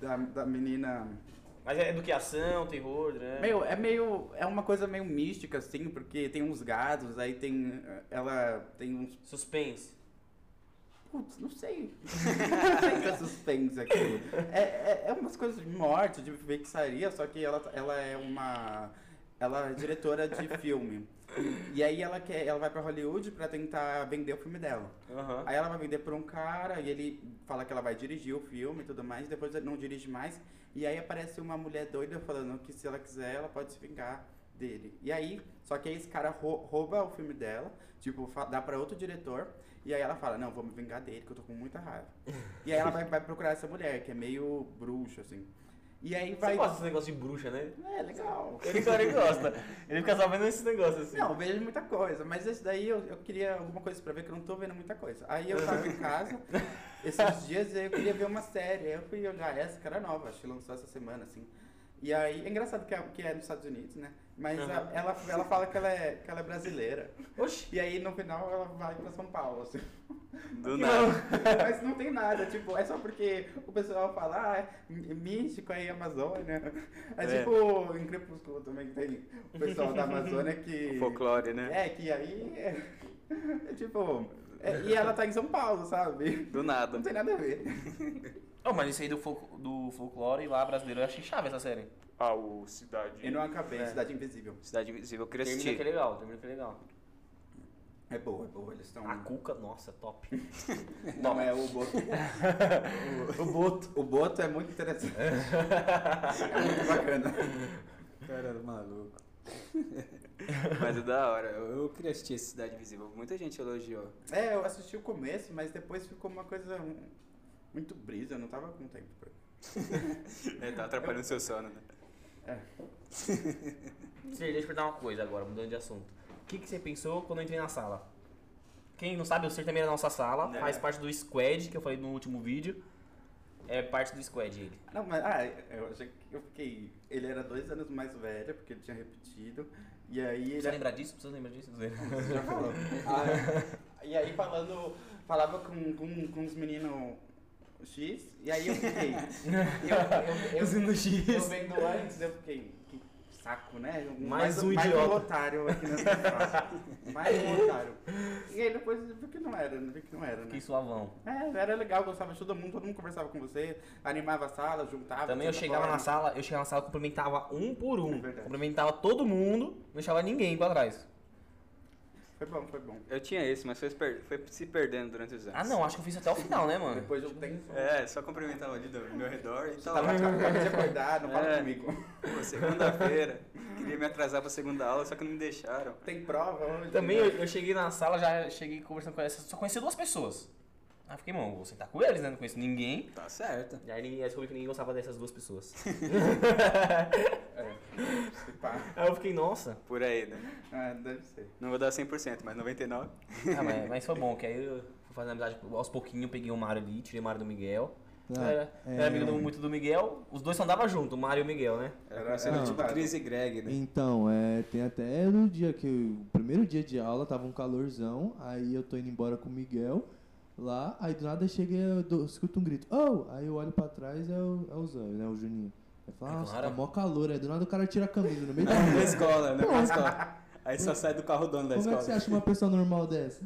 Speaker 3: da, da menina.
Speaker 2: Mas é do que? Ação, terror, drama?
Speaker 3: Meu, é meio. É uma coisa meio mística, assim, porque tem uns gatos, aí tem. Ela tem uns
Speaker 2: Suspense.
Speaker 3: Putz, não sei. não sei se é suspense aquilo. É, é, é umas coisas de morte, de feitiçaria, só que ela, ela é uma. Ela é diretora de filme. E aí ela quer. Ela vai pra Hollywood pra tentar vender o filme dela.
Speaker 2: Aham.
Speaker 3: Aí ela vai vender pra um cara e ele fala que ela vai dirigir o filme e tudo mais, e depois não dirige mais. E aí aparece uma mulher doida falando que se ela quiser, ela pode se vingar dele. E aí, só que aí esse cara rou- rouba o filme dela, tipo, fa- dá pra outro diretor, e aí ela fala, não, vou me vingar dele, que eu tô com muita raiva. E aí ela vai, vai procurar essa mulher, que é meio bruxa, assim. E aí
Speaker 2: Você
Speaker 3: vai.
Speaker 2: gosta desse negócio de bruxa, né?
Speaker 3: É legal.
Speaker 2: Ele, claro, ele gosta. Ele fica sabendo esses negócios assim.
Speaker 3: Não, eu vejo muita coisa, mas esse daí eu, eu queria alguma coisa pra ver que eu não tô vendo muita coisa. Aí eu tava em casa, esses dias eu queria ver uma série, aí eu fui olhar essa, que era nova, acho que lançou essa semana, assim. E aí, é engraçado que é, que é nos Estados Unidos, né? Mas a-
Speaker 2: Aham.
Speaker 3: ela, ela fala que ela, é, que ela é brasileira.
Speaker 2: Oxi.
Speaker 3: E aí no final ela vai pra São Paulo, assim.
Speaker 1: Do
Speaker 2: Não.
Speaker 1: nada.
Speaker 3: Mas não tem nada, tipo, é só porque o pessoal fala, ah, é místico aí Amazônia. É,
Speaker 1: É.
Speaker 3: tipo, em Crepúsculo também tem o pessoal da Amazônia que.
Speaker 1: Folclore, né?
Speaker 3: É, que aí é, é tipo. é- e ela tá em São Paulo, sabe?
Speaker 1: Do nada.
Speaker 3: Não tem nada a ver.
Speaker 6: Oh, mas isso aí do, fol- do folclore lá brasileiro, eu achei chave essa série.
Speaker 1: Ah, o Cidade...
Speaker 3: Eu não acabei, Cidade Invisível.
Speaker 1: Cidade Invisível, eu queria
Speaker 2: Termina que é
Speaker 1: assistir.
Speaker 2: legal, termina que é legal.
Speaker 3: É boa, é boa, eles estão.
Speaker 2: A cuca, nossa, top.
Speaker 3: Não, é o Boto. o, Boto. O Boto é muito interessante. é muito bacana.
Speaker 7: Cara, maluco.
Speaker 1: Mas é da hora. Eu, eu queria assistir esse Cidade Invisível. Muita gente elogiou.
Speaker 3: É, eu assisti o começo, mas depois ficou uma coisa um, muito brisa, eu não tava com tempo pra
Speaker 1: É, tá atrapalhando seu sono, né?
Speaker 2: Cê, deixa eu perguntar uma coisa agora, mudando de assunto. O que, que você pensou quando eu entrei na sala? Quem não sabe, o Ser também é da nossa sala,
Speaker 1: É.
Speaker 2: faz parte do Squad, que eu falei no último vídeo. É parte do Squad ele.
Speaker 3: Não, mas ah, eu achei que eu fiquei. Ele era dois anos mais velho, porque ele tinha repetido. E aí ele
Speaker 2: Precisa lembrar disso? Precisa lembrar disso?
Speaker 3: Você já falou. Ah, e aí falando, falava com, com, com os meninos X, e aí eu fiquei. Eu, eu, eu,
Speaker 2: no X.
Speaker 3: eu vendo antes, eu fiquei. Que saco, né?
Speaker 2: Mais um idiota.
Speaker 3: otário aqui nessa casa. mais um otário. E aí depois eu vi que não era, vi que não era, né?
Speaker 2: Que suavão.
Speaker 3: É, era legal, gostava de todo mundo, todo mundo conversava com você, animava a sala, juntava.
Speaker 2: Também eu
Speaker 3: tinha
Speaker 2: chegava
Speaker 3: fora.
Speaker 2: Ah, na sala, eu chegava na sala, cumprimentava um por um.
Speaker 3: É verdade.
Speaker 2: cumprimentava todo mundo, não deixava ninguém pra trás.
Speaker 3: Foi bom, foi bom.
Speaker 1: Eu tinha esse, mas foi, se per- foi se perdendo durante os anos.
Speaker 2: Ah não, acho que eu fiz até o final, né, mano?
Speaker 3: Depois de um tempo.
Speaker 1: É, só cumprimentava ali do meu redor e
Speaker 3: Tava,
Speaker 1: tava.
Speaker 3: acabei de acordar, não fala
Speaker 1: É.
Speaker 3: comigo.
Speaker 1: Pô, segunda-feira. Queria me atrasar pra segunda aula, só que não me deixaram.
Speaker 3: Tem prova hoje.
Speaker 2: Também
Speaker 3: né?
Speaker 2: eu, eu cheguei na sala, já cheguei conversando com essas, só conheci duas pessoas. Aí eu fiquei, mano, vou sentar com eles, né? Não conheço ninguém.
Speaker 1: Tá certo.
Speaker 2: E aí ninguém- aí descobri que ninguém gostava dessas duas pessoas.
Speaker 3: É, se pá.
Speaker 2: aí eu fiquei, nossa.
Speaker 1: Por aí, né?
Speaker 3: Ah, deve ser.
Speaker 1: Não vou dar 100%, mas 99%.
Speaker 2: tipo, Ah, mas, mas foi bom, que aí eu fui fazendo amizade aos pouquinhos, peguei o Mário ali, tirei o Mário do Miguel.
Speaker 5: Ah,
Speaker 4: Era,
Speaker 5: é,
Speaker 4: era amigo do- muito do Miguel. Os dois só andavam junto, o Mário e o Miguel, né?
Speaker 3: Era,
Speaker 1: Sendo
Speaker 3: era
Speaker 5: Não.
Speaker 1: tipo
Speaker 3: tipo
Speaker 1: Chris e Greg, né?
Speaker 5: Então, é, tem até no dia que eu, o primeiro dia de aula tava um calorzão, aí eu tô indo embora com o Miguel lá, aí do nada chega e eu dou- escuto um grito, oh! Aí eu olho pra trás é o, é o Zé, né? O Juninho. Aí fala,
Speaker 4: É
Speaker 5: nossa,
Speaker 4: claro.
Speaker 5: tá mó calor, aí do nada o cara tira a camisa no meio da
Speaker 1: Na
Speaker 5: rua.
Speaker 1: escola, né? Na escola. Aí só sai do carro dono da
Speaker 5: Como é que você
Speaker 1: escola.
Speaker 5: acha uma pessoa normal dessa?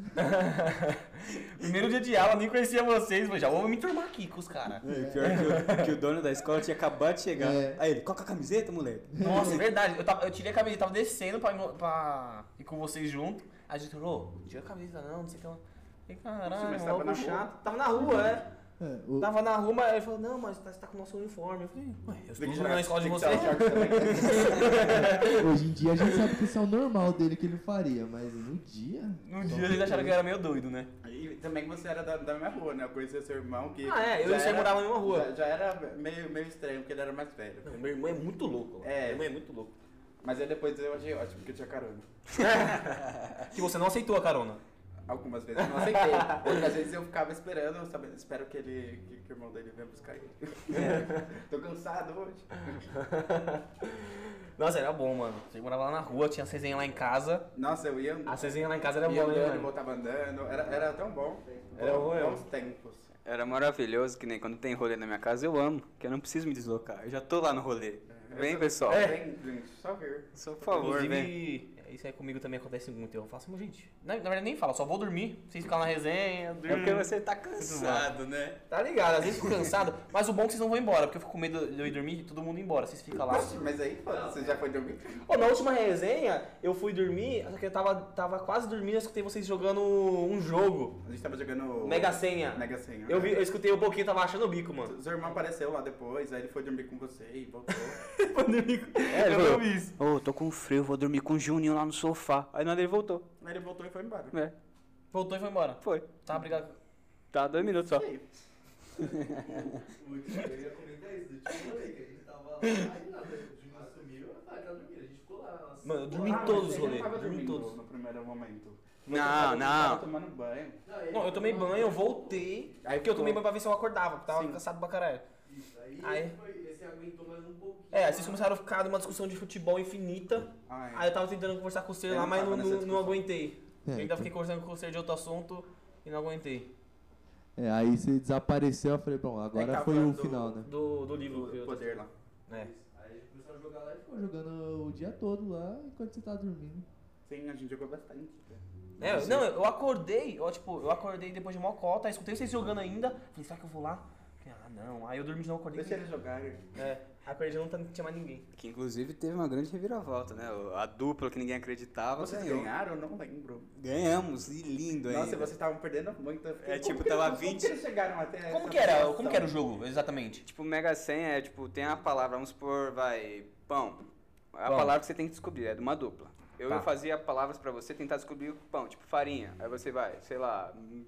Speaker 2: Primeiro dia de aula, nem conhecia vocês, mas já vou me turmar aqui com os caras.
Speaker 1: É, Pior que o, que o dono da escola tinha acabado de chegar.
Speaker 5: É.
Speaker 1: Aí ele, coloca a camiseta, moleque.
Speaker 2: Nossa, é verdade. Eu, tava, eu tirei a camisa, tava descendo pra, ir- pra ir com vocês junto. Aí a gente falou, "Ô, tira a camisa não, não sei o que lá. Falei, Caralho,
Speaker 3: Mas
Speaker 2: maluco
Speaker 3: tava na
Speaker 2: chato.
Speaker 3: chata.
Speaker 4: Tava na rua, né?
Speaker 5: É, o-
Speaker 4: Tava na rua, mas ele falou, não, mas tá, você tá com o nosso uniforme. Eu falei, ué, eu estou na escola de
Speaker 3: Tem que
Speaker 4: vocês.
Speaker 3: tirar o short também.
Speaker 5: hoje em dia a gente sabe que isso é o normal dele que ele faria, mas no dia...
Speaker 2: No dia eles acharam que eu era meio doido, né?
Speaker 3: E também você era da, da minha rua, né? Eu conhecia seu irmão que.
Speaker 4: Ah, é, eu e
Speaker 3: já
Speaker 4: você
Speaker 3: era-
Speaker 4: moravam na mesma rua.
Speaker 3: Já, já era meio, meio estranho, porque ele era mais velho.
Speaker 4: Não, meu irmão é muito louco.
Speaker 3: É.
Speaker 4: Meu irmão é muito louco.
Speaker 3: Mas aí depois eu achei ótimo, porque eu tinha carona.
Speaker 4: Que você não aceitou a carona.
Speaker 3: Algumas vezes eu não aceitei. Outras vezes eu ficava esperando, eu sabia- espero que ele. Que, que o irmão dele venha buscar ele. Tô cansado hoje.
Speaker 4: Nossa, era bom, mano.
Speaker 2: Eu morava lá na rua, tinha cezinha lá em casa.
Speaker 3: Nossa, eu ia.
Speaker 4: A cezinha lá em casa era
Speaker 3: ia
Speaker 4: boa, né,
Speaker 3: andando,
Speaker 4: mano?
Speaker 3: voltava andando. Era, era tão bom.
Speaker 4: Era bom, é.
Speaker 3: bons tempos.
Speaker 1: Era maravilhoso, que nem quando tem rolê na minha casa, eu amo, que eu não preciso me deslocar. Eu já tô lá no rolê. Vem,
Speaker 3: Eu-
Speaker 1: pessoal.
Speaker 3: Vem,
Speaker 4: É.
Speaker 3: gente, só ver.
Speaker 1: Só por favor, vem.
Speaker 2: Inclusive, isso aí comigo também acontece muito. Eu falo assim, gente, na, na verdade nem falo, só vou dormir. Vocês ficam na resenha, Hum.
Speaker 1: É porque
Speaker 2: dormem.
Speaker 1: você tá cansado, né?
Speaker 4: Tá ligado, às vezes
Speaker 2: Fico cansado, mas o bom é que vocês não vão embora, porque eu fico com medo de eu ir dormir e todo mundo ir embora. Vocês ficam lá.
Speaker 3: Oxe, mas aí, pô, você
Speaker 4: é.
Speaker 3: já foi dormir?
Speaker 4: Pô, na última resenha, eu fui dormir, só que eu tava, tava quase dormindo, eu escutei vocês jogando um jogo.
Speaker 3: A gente tava jogando.
Speaker 4: Mega senha.
Speaker 3: Mega Senha.
Speaker 4: Eu, vi, eu escutei um pouquinho, tava achando o bico, mano.
Speaker 3: Seu irmão apareceu lá depois, aí ele foi dormir com você e voltou.
Speaker 1: É,
Speaker 2: eu
Speaker 1: falou,
Speaker 2: não vi isso.
Speaker 1: Ô, tô com frio, vou dormir com o Juninho lá no sofá. Aí nada ele voltou.
Speaker 3: aí ele voltou e foi embora.
Speaker 1: É,
Speaker 2: Voltou e foi embora.
Speaker 1: foi.
Speaker 2: Tá, obrigado.
Speaker 1: Tá, dois minutos só.
Speaker 3: E aí?
Speaker 8: Eu ia comentar isso, eu te falei que a gente tava lá, aí nada, o Juninho sumiu, eu falei, tá dormindo, a gente ficou lá. Nossa.
Speaker 4: Mano, eu dormi
Speaker 3: Ah,
Speaker 4: em
Speaker 3: mas
Speaker 4: todos
Speaker 3: ele
Speaker 4: os
Speaker 3: não
Speaker 4: rolês.
Speaker 3: tava
Speaker 4: Dormi em
Speaker 3: dormindo
Speaker 4: todos.
Speaker 3: No primeiro momento.
Speaker 1: Não,
Speaker 3: tava-
Speaker 1: não.
Speaker 3: Tava tomando um banho.
Speaker 8: Não, ele
Speaker 4: Não, eu tomei
Speaker 8: ficou lá,
Speaker 4: banho, eu voltei. Aí porque eu tomei banho pra ver se eu acordava, porque tava cansado pra caralho.
Speaker 8: Isso, aí,
Speaker 4: Aí-
Speaker 8: ele foi, esse aguentou mais um pouquinho.
Speaker 4: É, aí vocês começaram a ficar numa discussão de futebol infinita.
Speaker 3: Ai.
Speaker 4: Aí eu tava tentando conversar com o Ser
Speaker 3: Eu
Speaker 4: lá,
Speaker 3: não
Speaker 4: mas
Speaker 3: É. tava
Speaker 4: não,
Speaker 3: nessa
Speaker 4: não, não
Speaker 3: discussão.
Speaker 4: aguentei. Eu
Speaker 5: É,
Speaker 4: ainda fiquei conversando com o Ser de outro assunto e não aguentei.
Speaker 5: é, aí você desapareceu, eu falei, bom,
Speaker 3: É que
Speaker 5: agora
Speaker 3: tava
Speaker 5: foi o
Speaker 3: do-
Speaker 5: final, né?
Speaker 4: Do, do livro. que
Speaker 3: O
Speaker 4: eu-
Speaker 3: poder lá.
Speaker 4: É.
Speaker 8: Aí ele começou a jogar lá e ficou.
Speaker 5: Ficou jogando o dia todo lá enquanto você tá dormindo.
Speaker 3: Sim, a gente jogou bastante.
Speaker 4: É,
Speaker 2: É, não, eu acordei, eu, tipo, eu acordei depois de mó cota, aí escutei vocês jogando ainda. Falei, será que eu vou lá? Falei, ah, não. Aí eu dormi de novo, acordei.
Speaker 3: Deixa ele jogar.
Speaker 4: É, acordei não tá- não tinha mais ninguém.
Speaker 1: Que inclusive teve uma grande reviravolta, né? O- A dupla que ninguém acreditava
Speaker 3: Vocês
Speaker 1: ganhou.
Speaker 3: ganharam? Eu não lembro.
Speaker 1: Ganhamos, e lindo ainda.
Speaker 3: Nossa, vocês estavam perdendo muito. eu fiquei,
Speaker 1: É,
Speaker 3: como
Speaker 1: tipo,
Speaker 3: que-
Speaker 1: tava
Speaker 3: Como
Speaker 1: 20.
Speaker 3: que eles chegaram até
Speaker 2: Como
Speaker 3: essa
Speaker 2: que era?
Speaker 3: situação?
Speaker 2: Como que era o jogo, exatamente?
Speaker 1: Tipo, mega senha é tipo, tem a palavra, vamos supor, vai, pão. A
Speaker 2: Pão.
Speaker 1: palavra que você tem que descobrir, é de uma dupla. Eu
Speaker 2: Tá.
Speaker 1: fazia palavras pra você tentar descobrir o pão, tipo farinha. Aí você vai, sei lá, hum,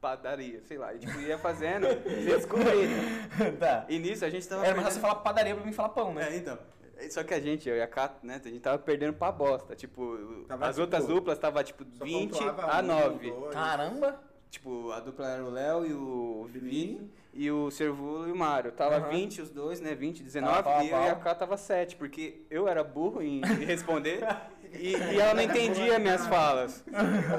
Speaker 1: padaria, sei lá. E tipo, ia fazendo, você descobria.
Speaker 2: tá.
Speaker 1: E nisso a gente tava
Speaker 2: Era
Speaker 1: perdendo-
Speaker 2: mais fácil você falar padaria pra mim falar pão, né?
Speaker 1: né? Então, É, então. Só que a gente, eu e a Kat, né, a gente tava perdendo pra bosta. Tipo,
Speaker 3: Tava,
Speaker 1: as outras
Speaker 3: tipo,
Speaker 1: duplas tava tipo
Speaker 3: Só
Speaker 1: 20
Speaker 3: pontuava
Speaker 1: a
Speaker 4: Ah,
Speaker 3: um,
Speaker 1: 9.
Speaker 3: dois.
Speaker 4: Tá.
Speaker 2: Caramba!
Speaker 1: Tipo, a dupla era o Léo e o Vini
Speaker 3: Vini.
Speaker 1: e o Servulo e o Mário. Tava
Speaker 2: Aham.
Speaker 1: 20 os dois, né? 20, 19
Speaker 2: pau a
Speaker 1: e eu e a
Speaker 2: pau.
Speaker 1: K tava 7, porque eu era burro em em responder e, e ela não entendia minhas falas.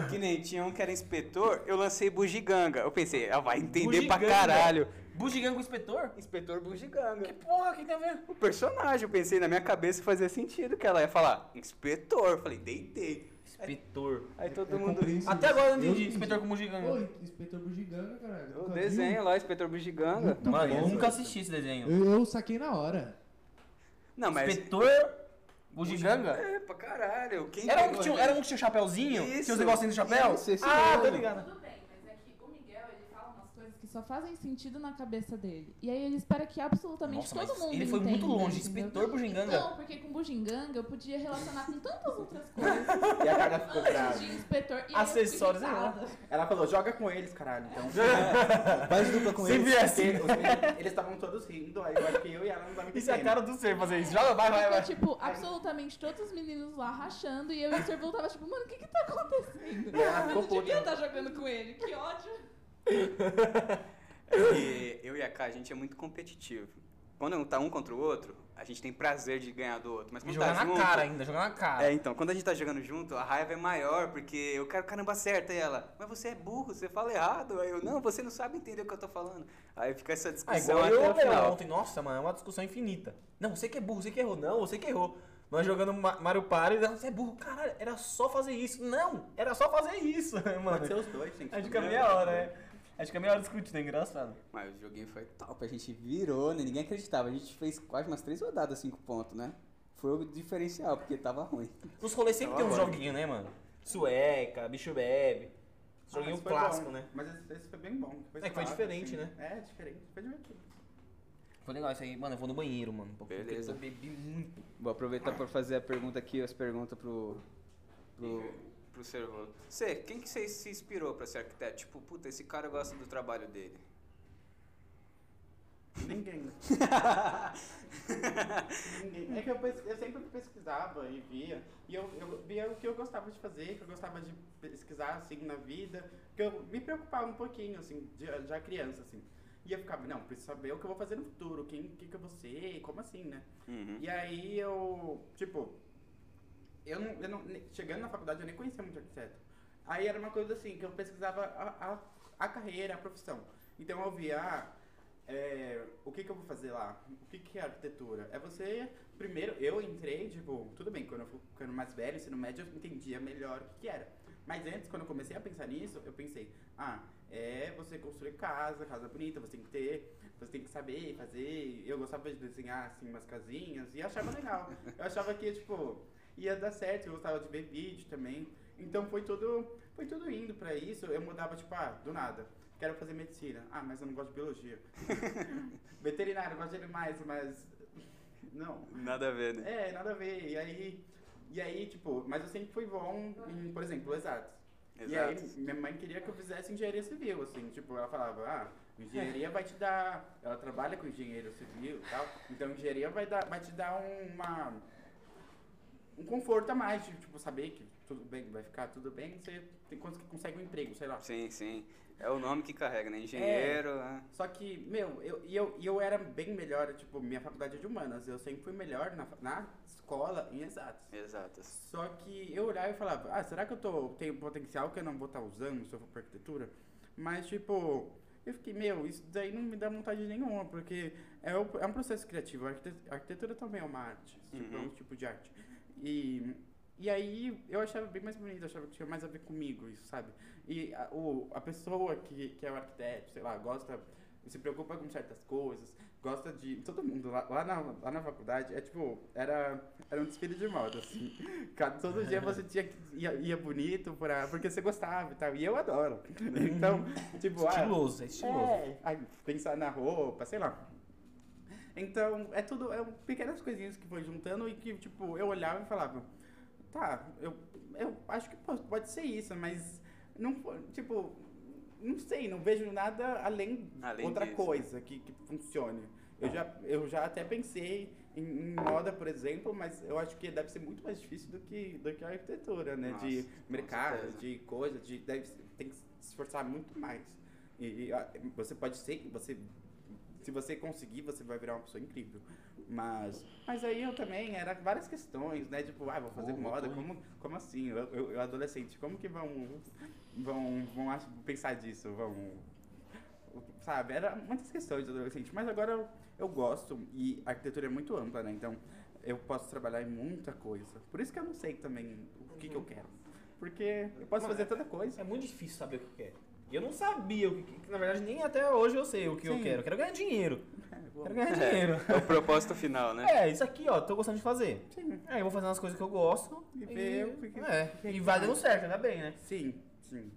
Speaker 1: Que nem tinha um que era inspetor, eu lancei bugiganga. Eu pensei, ela vai entender pra
Speaker 2: Bugiganga?
Speaker 1: caralho.
Speaker 2: Bugiganga com inspetor?
Speaker 1: Inspetor bugiganga.
Speaker 2: Que porra, que tem a ver?
Speaker 1: O personagem, eu pensei na minha cabeça fazia sentido que ela ia falar inspetor. Eu falei, deitei.
Speaker 4: Inspetor.
Speaker 1: Aí todo
Speaker 2: É
Speaker 5: Eu
Speaker 1: mundo.
Speaker 5: comprei isso.
Speaker 4: Até agora eu não
Speaker 5: Eu
Speaker 4: entendi.
Speaker 5: entendi.
Speaker 2: Inspetor com bugiganga.
Speaker 5: Ô, inspetor bugiganga, caralho.
Speaker 1: O
Speaker 5: nunca viu?
Speaker 1: desenho lá, inspetor bugiganga.
Speaker 2: Mano, eu
Speaker 5: bom.
Speaker 2: nunca assisti esse desenho.
Speaker 5: Eu, eu saquei na hora.
Speaker 1: Não, mas.
Speaker 2: Inspetor bugiganga?
Speaker 1: É, pra caralho. Quem
Speaker 2: Era um
Speaker 1: pegou,
Speaker 2: que tinha,
Speaker 1: né?
Speaker 2: era um que tinha um chapéuzinho?
Speaker 1: Isso.
Speaker 2: Tinha os negocinhos do chapéu?
Speaker 1: Isso, isso
Speaker 4: Ah,
Speaker 1: mesmo.
Speaker 4: tô ligado.
Speaker 9: Tudo bem, mas é que o Miguel, ele fala umas coisas que só fazem sentido na cabeça dele. E aí ele espera que absolutamente
Speaker 2: Nossa, mas
Speaker 9: todo mundo
Speaker 2: ele foi muito
Speaker 9: entenda,
Speaker 2: longe,
Speaker 9: entendeu?
Speaker 2: inspetor bugiganga.
Speaker 9: Então, porque com bugiganga eu podia relacionar com tantas outras coisas
Speaker 3: E a cara ficou
Speaker 9: antes
Speaker 3: brava.
Speaker 9: de inspetor e
Speaker 4: Acessórios,
Speaker 9: aí eu fico
Speaker 4: né?
Speaker 9: irritada.
Speaker 3: Ela falou, joga com eles, caralho. Então.
Speaker 5: Faz dupla com
Speaker 2: Sempre é assim.
Speaker 3: Porque os- eles estavam todos rindo, aí eu acho que eu e ela não tava me
Speaker 2: Isso é a
Speaker 3: entendendo.
Speaker 2: cara do ser fazer isso. Joga, vai, vai,
Speaker 9: Fica,
Speaker 2: vai.
Speaker 9: tipo, absolutamente todos os meninos lá rachando e eu e o Servul tava tipo, mano, o que que tá acontecendo?
Speaker 3: E ela
Speaker 9: Eu
Speaker 3: ficou
Speaker 9: não devia
Speaker 3: puta.
Speaker 9: estar jogando com ele, que ódio.
Speaker 1: Porque eu e a K, a gente é muito competitivo. Quando tá um contra o outro, a gente tem prazer de ganhar do outro. Mas quando
Speaker 2: Jogar
Speaker 1: tá
Speaker 2: na
Speaker 1: junto,
Speaker 2: cara ainda, jogar na cara.
Speaker 1: É, então, quando a gente tá jogando junto, a raiva é maior, porque eu quero caramba acerta e ela, mas você é burro, você fala errado. Aí eu, não, você não sabe entender o que eu tô falando. Aí fica essa
Speaker 2: Ah,
Speaker 1: discussão
Speaker 2: igual
Speaker 1: Então, até o
Speaker 2: eu
Speaker 1: final.
Speaker 2: ontem. Nossa, mano, é uma discussão infinita. Não, você que é burro, você que errou. Não, você que errou. Nós jogando Ma- Mario Party, não, você é burro, caralho, era só fazer isso. Não, era só fazer isso, mano.
Speaker 3: Pode ser os dois, gente.
Speaker 2: A gente fica
Speaker 3: também.
Speaker 2: meia hora, é. A gente fica meia hora discutindo, é engraçado.
Speaker 1: Mas o joguinho foi top, a gente virou, né? ninguém acreditava. A gente fez quase umas três rodadas, cinco pontos, né? Foi o diferencial, porque tava ruim.
Speaker 2: Nos rolês sempre
Speaker 3: Então,
Speaker 2: tem uns
Speaker 3: agora.
Speaker 2: joguinhos, né, mano? Sueca, bicho bebe.
Speaker 3: Ah,
Speaker 2: Joguinho
Speaker 3: mas foi
Speaker 2: clássico,
Speaker 3: bom.
Speaker 2: né?
Speaker 3: Mas esse, esse foi bem bom.
Speaker 2: É que foi
Speaker 3: suave,
Speaker 2: diferente,
Speaker 3: assim. É, diferente. Foi divertido.
Speaker 2: Foi legal isso aí. Mano, eu vou no banheiro, mano. um pouquinho, porque
Speaker 1: Beleza.
Speaker 2: Eu bebi muito.
Speaker 1: Vou aproveitar pra fazer a pergunta aqui, as perguntas pro. pro. pro Servolo. Você, quem que você se inspirou pra ser arquiteto? Tipo, puta, esse cara gosta do trabalho dele.
Speaker 3: Ninguém. Ninguém. É que eu, pes- eu sempre pesquisava e via. E eu, eu via o que eu gostava de fazer, o que eu gostava de pesquisar, assim, na vida. Que eu me preocupava um pouquinho, assim, de- já criança, assim. E eu ficava, não, preciso saber o que eu vou fazer no futuro, quem que, que eu vou ser, como assim, né?
Speaker 1: Uhum.
Speaker 3: E aí eu, tipo, eu não, eu não- ne- chegando na faculdade eu nem conhecia muito arquiteto. Aí era uma coisa assim, que eu pesquisava a, a, a carreira, a profissão. Então eu via, ah, é, o que que eu vou fazer lá? O que que é arquitetura? É você, primeiro, eu entrei, tipo, tudo bem, quando eu fui ficando mais velho, ensino médio, eu entendia melhor o que que era. Mas antes, quando eu comecei a pensar nisso, eu pensei, ah, é você construir casa, casa bonita, você tem que ter, você tem que saber fazer. Eu gostava de desenhar, assim, umas casinhas e achava legal. Eu achava que, tipo, ia dar certo, eu gostava de ver vídeo também. Então foi tudo, foi tudo indo pra isso. Eu mudava, tipo, ah, do nada. Quero fazer medicina. Ah, mas eu não gosto de biologia. Veterinário, eu gosto de animais, mas... Não.
Speaker 1: Nada a ver, né?
Speaker 3: É, nada a ver. E aí, e aí tipo, mas eu sempre fui bom em, por exemplo, exatos. E aí, minha mãe queria que eu fizesse engenharia civil, assim, tipo, ela falava, ah, engenharia vai te dar. Ela trabalha com engenheiro civil e tal, então engenharia vai, dar, vai te dar uma. um conforto a mais, de, tipo, saber que tudo bem, vai ficar tudo bem, você tem quantos que consegue um emprego, sei lá.
Speaker 1: Sim, sim. É o nome que carrega, né? Engenheiro. né?
Speaker 3: Só que, meu, eu, e eu, e eu era bem melhor, tipo, minha faculdade é de humanas, eu sempre fui melhor na, fa- na escola em exatos.
Speaker 1: Exatas.
Speaker 3: Só que eu olhava e falava, ah, será que eu tô, tenho potencial que eu não vou estar usando se eu for pra arquitetura? Mas, tipo, eu fiquei, meu, isso daí não me dá vontade nenhuma, porque é, o- é um processo criativo. A arquite- a arquitetura também é uma arte, tipo, é um tipo de arte. E, e aí eu achava bem mais bonito, eu achava que tinha mais a ver comigo isso, sabe? E a, o, a pessoa que, que é o arquiteto, sei lá, gosta, se preocupa com certas coisas, gosta de. Todo mundo lá, lá, na, lá na faculdade é tipo, era, era um desfile de moda, assim. Cada, todo dia você tinha que ia, ia bonito pra, porque você gostava e tal. E eu adoro. Então, tipo, ah,
Speaker 2: Estiloso, é estiloso.
Speaker 3: é, aí pensar na roupa, sei lá. Então, é tudo, é um- pequenas coisinhas que foi juntando e que, tipo, eu olhava e falava, tá, eu, eu acho que po- pode ser isso, mas não, fo- tipo, não sei, não vejo nada além,
Speaker 1: Além
Speaker 3: outra
Speaker 1: disso. Tá.
Speaker 3: coisa que, que funcione. Eu já, eu já até pensei em, em moda, por exemplo, mas eu acho que deve ser muito mais difícil do que, do que a arquitetura, né?
Speaker 1: Nossa,
Speaker 3: de
Speaker 1: com
Speaker 3: mercado,
Speaker 1: certeza.
Speaker 3: de coisa, de, deve, ser- tem que se esforçar muito mais. E ah, você pode ser, você, se você conseguir, você vai virar uma pessoa incrível. Mas, mas aí eu também, era várias questões, né? Tipo, ah, vou fazer
Speaker 2: Porra,
Speaker 3: moda,
Speaker 2: porra.
Speaker 3: como, como assim? Eu, eu, eu adolescente, como que vão, vão, vão ach- pensar disso? Vão, sabe? Era muitas questões de adolescente, mas agora eu, eu gosto e a arquitetura é muito ampla, né? Então eu posso trabalhar em muita coisa. Por isso que eu não sei também o que, que eu quero. Porque eu posso fazer tanta coisa.
Speaker 2: É muito difícil saber o que quer. E eu não sabia o que, que na verdade, nem até hoje eu sei o que eu
Speaker 3: Sim.
Speaker 2: quero. Eu quero ganhar dinheiro.
Speaker 3: bom.
Speaker 2: quero ganhar dinheiro.
Speaker 1: É o propósito final, né?
Speaker 2: É, isso aqui, ó, tô gostando de fazer.
Speaker 3: Sim.
Speaker 2: Aí eu vou fazer umas coisas que eu gosto.
Speaker 3: E ver o que que-
Speaker 2: É,
Speaker 3: o que
Speaker 2: e
Speaker 3: que
Speaker 2: vai
Speaker 3: vai.
Speaker 2: dando certo, ainda bem, né?
Speaker 3: Sim, sim.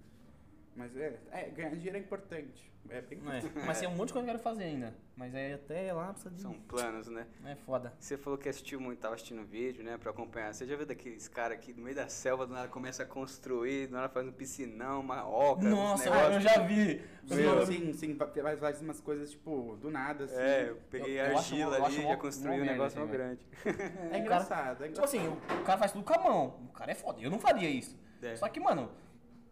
Speaker 3: Mas é, é, ganhar dinheiro é importante. É bem
Speaker 2: É, Mas tem um monte de coisa que eu quero fazer ainda. Mas aí até lá precisa de.
Speaker 1: São planos, né?
Speaker 2: É foda.
Speaker 1: Você falou que assistiu muito, tava assistindo vídeo, né, pra acompanhar. Você já viu daqueles caras que no meio da selva do nada começa a construir, do nada faz um piscinão, uma oca,
Speaker 2: Nossa,
Speaker 1: uns negócios.
Speaker 2: eu já vi. Tipo assim, Os
Speaker 3: Sim,
Speaker 2: malucos-
Speaker 3: sim, sim, va- mas assim, faz umas coisas, tipo, do nada, assim.
Speaker 1: É, eu peguei
Speaker 2: Eu- eu acho
Speaker 1: argila
Speaker 2: mó- eu
Speaker 1: ali,
Speaker 2: acho
Speaker 1: já
Speaker 2: mó- mó
Speaker 1: construí um
Speaker 2: merda assim, né?
Speaker 1: negócio
Speaker 2: esse
Speaker 1: mó grande.
Speaker 3: É engraçado, é
Speaker 2: Tipo
Speaker 3: engraçado.
Speaker 2: assim, o o cara faz tudo com a mão. O cara é foda. Eu não faria isso.
Speaker 1: É.
Speaker 2: Só que, mano,